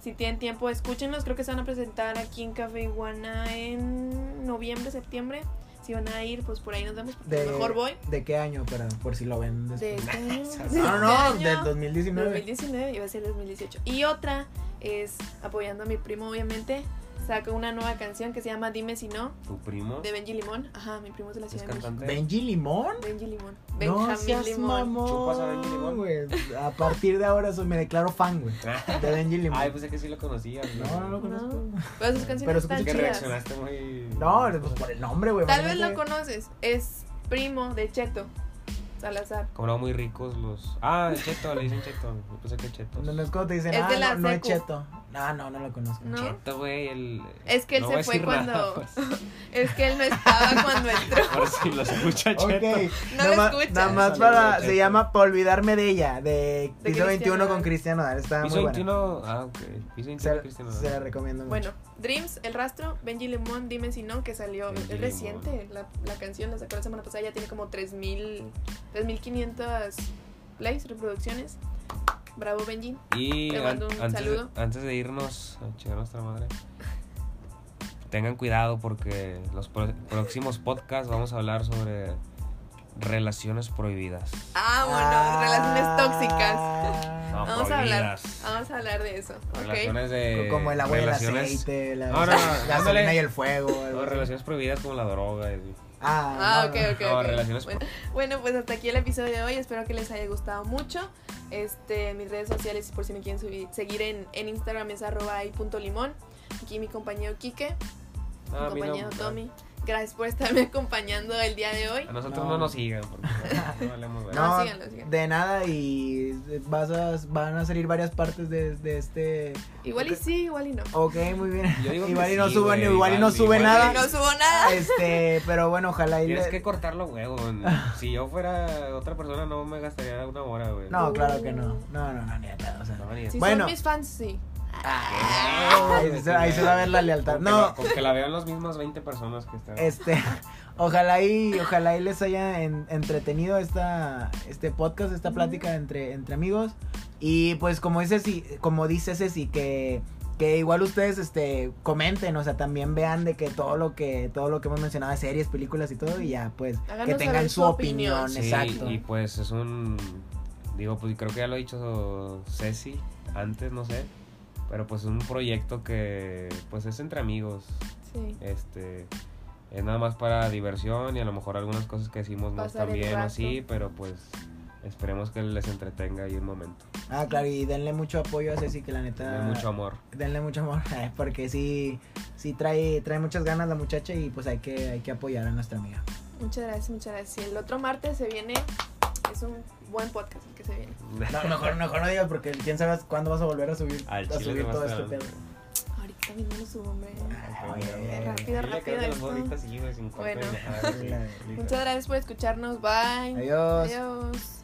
[SPEAKER 3] Si tienen tiempo, escúchenlos. Creo que se van a presentar aquí en Café Iguana en noviembre, septiembre. Si van a ir, pues por ahí nos vemos. porque a
[SPEAKER 2] De,
[SPEAKER 3] lo mejor voy.
[SPEAKER 2] ¿De qué año? Para, por si lo ven
[SPEAKER 3] De
[SPEAKER 2] después.
[SPEAKER 3] este año. de
[SPEAKER 2] No, no, no,
[SPEAKER 3] este
[SPEAKER 2] del
[SPEAKER 3] año.
[SPEAKER 2] 2019.
[SPEAKER 3] 2019, iba a ser 2018. Y otra es apoyando a mi primo, obviamente, sacó una nueva canción que se llama Dime si no,
[SPEAKER 1] ¿Tu primo?
[SPEAKER 3] de Benji Limón. Ajá, mi primo es de la
[SPEAKER 1] ¿Es
[SPEAKER 3] ciudad de México.
[SPEAKER 1] cantante?
[SPEAKER 2] ¿Benji Limón?
[SPEAKER 3] Benji Limón.
[SPEAKER 2] No
[SPEAKER 3] Benjamín
[SPEAKER 2] seas
[SPEAKER 3] Limón.
[SPEAKER 1] ¿Chupas a Benji
[SPEAKER 2] mamón,
[SPEAKER 1] Limón?
[SPEAKER 2] güey. A partir de ahora soy- me declaro fan, güey. De Benji Limón.
[SPEAKER 1] Ay, pues, pensé que sí lo conocía.
[SPEAKER 2] No, no lo conozco.
[SPEAKER 3] Pero sus canciones
[SPEAKER 2] Pero
[SPEAKER 1] Es
[SPEAKER 3] están
[SPEAKER 1] que
[SPEAKER 2] escuché
[SPEAKER 3] chidas.
[SPEAKER 1] reaccionaste muy...
[SPEAKER 2] No, pues por el nombre, güey.
[SPEAKER 3] Tal vez lo
[SPEAKER 2] imagínate.
[SPEAKER 3] conoces. Es primo de Cheto Salazar.
[SPEAKER 1] Cobraba muy ricos los... Ah, Cheto, le dicen Cheto. Yo pensé que Cheto.
[SPEAKER 2] No, no es cuando te dicen,
[SPEAKER 3] Es
[SPEAKER 2] ah,
[SPEAKER 3] de la
[SPEAKER 2] no, no es
[SPEAKER 3] secu.
[SPEAKER 2] cheto. No, no, no lo conozco.
[SPEAKER 3] No.
[SPEAKER 1] Cheto, güey, el...
[SPEAKER 3] Es que él
[SPEAKER 1] No
[SPEAKER 3] se
[SPEAKER 1] voy a
[SPEAKER 3] fue
[SPEAKER 1] decir
[SPEAKER 3] cuando.
[SPEAKER 1] nada, pues.
[SPEAKER 3] Es que él no estaba cuando entró.
[SPEAKER 1] Por si lo escucha Cheto.
[SPEAKER 2] Ok,
[SPEAKER 3] No
[SPEAKER 2] nada
[SPEAKER 3] lo
[SPEAKER 2] ma-
[SPEAKER 3] escuchas.
[SPEAKER 2] Nada más
[SPEAKER 1] Saludos,
[SPEAKER 2] para.
[SPEAKER 1] Cheto.
[SPEAKER 2] Se llama Para olvidarme de ella, de
[SPEAKER 3] De
[SPEAKER 2] piso 21 con
[SPEAKER 3] Cristiano Nodal.
[SPEAKER 2] Cristiano Nodal. Está muy
[SPEAKER 1] Piso
[SPEAKER 2] bueno.
[SPEAKER 1] 21... Ah, ok. Piso 21 Cristiano.
[SPEAKER 2] Se la recomiendo mucho.
[SPEAKER 3] Bueno, Dreams, El Rastro, Benji Limón, Dime Si No, que salió,
[SPEAKER 1] Benji
[SPEAKER 3] es
[SPEAKER 1] Limón.
[SPEAKER 3] reciente, la, la canción la sacó la semana pasada, ya tiene como 3.000, 3.500 plays, reproducciones. Bravo Benji.
[SPEAKER 1] Y
[SPEAKER 3] Te mando un
[SPEAKER 1] antes,
[SPEAKER 3] saludo.
[SPEAKER 1] De, antes de irnos a chingar a nuestra madre, tengan cuidado porque los pro- próximos podcasts vamos a hablar sobre relaciones prohibidas.
[SPEAKER 3] Vámonos,
[SPEAKER 2] Ah.
[SPEAKER 3] relaciones tóxicas.
[SPEAKER 1] No,
[SPEAKER 2] tóxicas.
[SPEAKER 3] Vamos a hablar,
[SPEAKER 1] prohibidas.
[SPEAKER 3] vamos a hablar de eso, ¿ok?
[SPEAKER 1] Relaciones de.
[SPEAKER 2] Como el agua y el
[SPEAKER 1] relaciones-
[SPEAKER 2] aceite, la
[SPEAKER 1] No, no, no,
[SPEAKER 2] la
[SPEAKER 1] ándale.
[SPEAKER 2] gasolina y el fuego. algo
[SPEAKER 1] no,
[SPEAKER 2] así.
[SPEAKER 1] relaciones prohibidas como la droga. y-
[SPEAKER 3] Ah,
[SPEAKER 2] Ah,
[SPEAKER 3] ok,
[SPEAKER 2] no, no.
[SPEAKER 3] ok,
[SPEAKER 1] No,
[SPEAKER 3] ok.
[SPEAKER 1] relaciones
[SPEAKER 3] Bueno, bueno, pues hasta aquí el episodio de hoy. Espero que les haya gustado mucho. Este, mis redes sociales, por si me quieren subir- seguir en, en Instagram, es arroba ahí punto limón. Aquí mi compañero Quique,
[SPEAKER 1] No, Ah, a
[SPEAKER 3] mi
[SPEAKER 1] mí no-
[SPEAKER 3] compañero Tommy. Gracias por estarme acompañando el día de hoy.
[SPEAKER 1] A nosotros
[SPEAKER 2] No.
[SPEAKER 1] no, nos sigan porque no valemos verga.
[SPEAKER 3] No,
[SPEAKER 2] No,
[SPEAKER 3] síganlo, síganlo.
[SPEAKER 2] de nada y vas a, van a salir varias partes de, de este...
[SPEAKER 3] Igual y
[SPEAKER 2] ok.
[SPEAKER 3] sí, igual y no.
[SPEAKER 2] Ok, muy bien.
[SPEAKER 1] Yo digo que
[SPEAKER 2] Igual y no
[SPEAKER 1] sí,
[SPEAKER 2] sube,
[SPEAKER 1] güey,
[SPEAKER 2] ni- igual y no
[SPEAKER 1] igual-
[SPEAKER 2] sube
[SPEAKER 1] igual y-
[SPEAKER 2] nada.
[SPEAKER 3] No subo nada.
[SPEAKER 2] Este, pero bueno, ojalá y...
[SPEAKER 1] Tienes
[SPEAKER 2] le-
[SPEAKER 1] que cortar los huevos. Si yo fuera otra persona, no me gastaría una hora, güey.
[SPEAKER 2] No, claro que no. No, no, no, ni de pedo, o sea.
[SPEAKER 1] No, ni de-
[SPEAKER 3] Si
[SPEAKER 2] Bueno.
[SPEAKER 3] son mis fans, sí.
[SPEAKER 2] Ay, ahí se- ahí se va a ver la lealtad.
[SPEAKER 1] Con que
[SPEAKER 2] No,
[SPEAKER 1] la- con que la vean las mismas 20 personas que están.
[SPEAKER 2] Este, ojalá y ojalá y les haya en- entretenido esta este podcast, esta plática entre entre amigos y pues como dice sí, como dice Ceci que que igual ustedes este comenten, o sea, también vean de que todo lo que todo lo que hemos mencionado, series, películas y todo y ya pues que
[SPEAKER 3] Háganos
[SPEAKER 2] tengan
[SPEAKER 3] saber
[SPEAKER 2] su
[SPEAKER 3] su
[SPEAKER 2] opinión,
[SPEAKER 3] opinión.
[SPEAKER 1] Sí,
[SPEAKER 2] exacto.
[SPEAKER 1] Y pues es un. Digo, pues creo que ya lo ha dicho Ceci antes, no sé. Pero pues es un proyecto que pues es entre amigos.
[SPEAKER 3] Sí.
[SPEAKER 1] Este. Es nada más para diversión y a lo mejor algunas cosas que decimos no
[SPEAKER 3] Pasar
[SPEAKER 1] están
[SPEAKER 3] el
[SPEAKER 1] bien
[SPEAKER 3] rato.
[SPEAKER 1] así, pero pues esperemos que les entretenga ahí un momento.
[SPEAKER 2] Ah, claro, y denle mucho apoyo a Ceci que la
[SPEAKER 1] De
[SPEAKER 2] neta
[SPEAKER 1] mucho amor.
[SPEAKER 2] denle mucho amor, eh, porque sí sí trae trae muchas ganas la muchacha y pues hay que hay que apoyar a nuestra amiga.
[SPEAKER 3] Muchas gracias, muchas gracias. Y el otro martes se viene, es un buen podcast el que se viene.
[SPEAKER 2] No, mejor, mejor no digas porque quién sabe cuándo vas a volver a subir,
[SPEAKER 1] Al
[SPEAKER 2] a
[SPEAKER 1] chile
[SPEAKER 2] subir
[SPEAKER 1] no
[SPEAKER 2] todo
[SPEAKER 1] vas
[SPEAKER 2] este
[SPEAKER 1] a-
[SPEAKER 2] pedo.
[SPEAKER 3] Ahorita mismo lo subo, hombre.
[SPEAKER 2] Oye,
[SPEAKER 3] Rápido,
[SPEAKER 1] Dile que no te los
[SPEAKER 3] rápido.
[SPEAKER 1] voy ahorita,
[SPEAKER 3] esto.
[SPEAKER 1] sí, güey, sin corte
[SPEAKER 3] Bueno.
[SPEAKER 1] ni nada, sí.
[SPEAKER 2] Dile, dile.
[SPEAKER 3] Muchas gracias por escucharnos. Bye.
[SPEAKER 2] Adiós.
[SPEAKER 3] Adiós.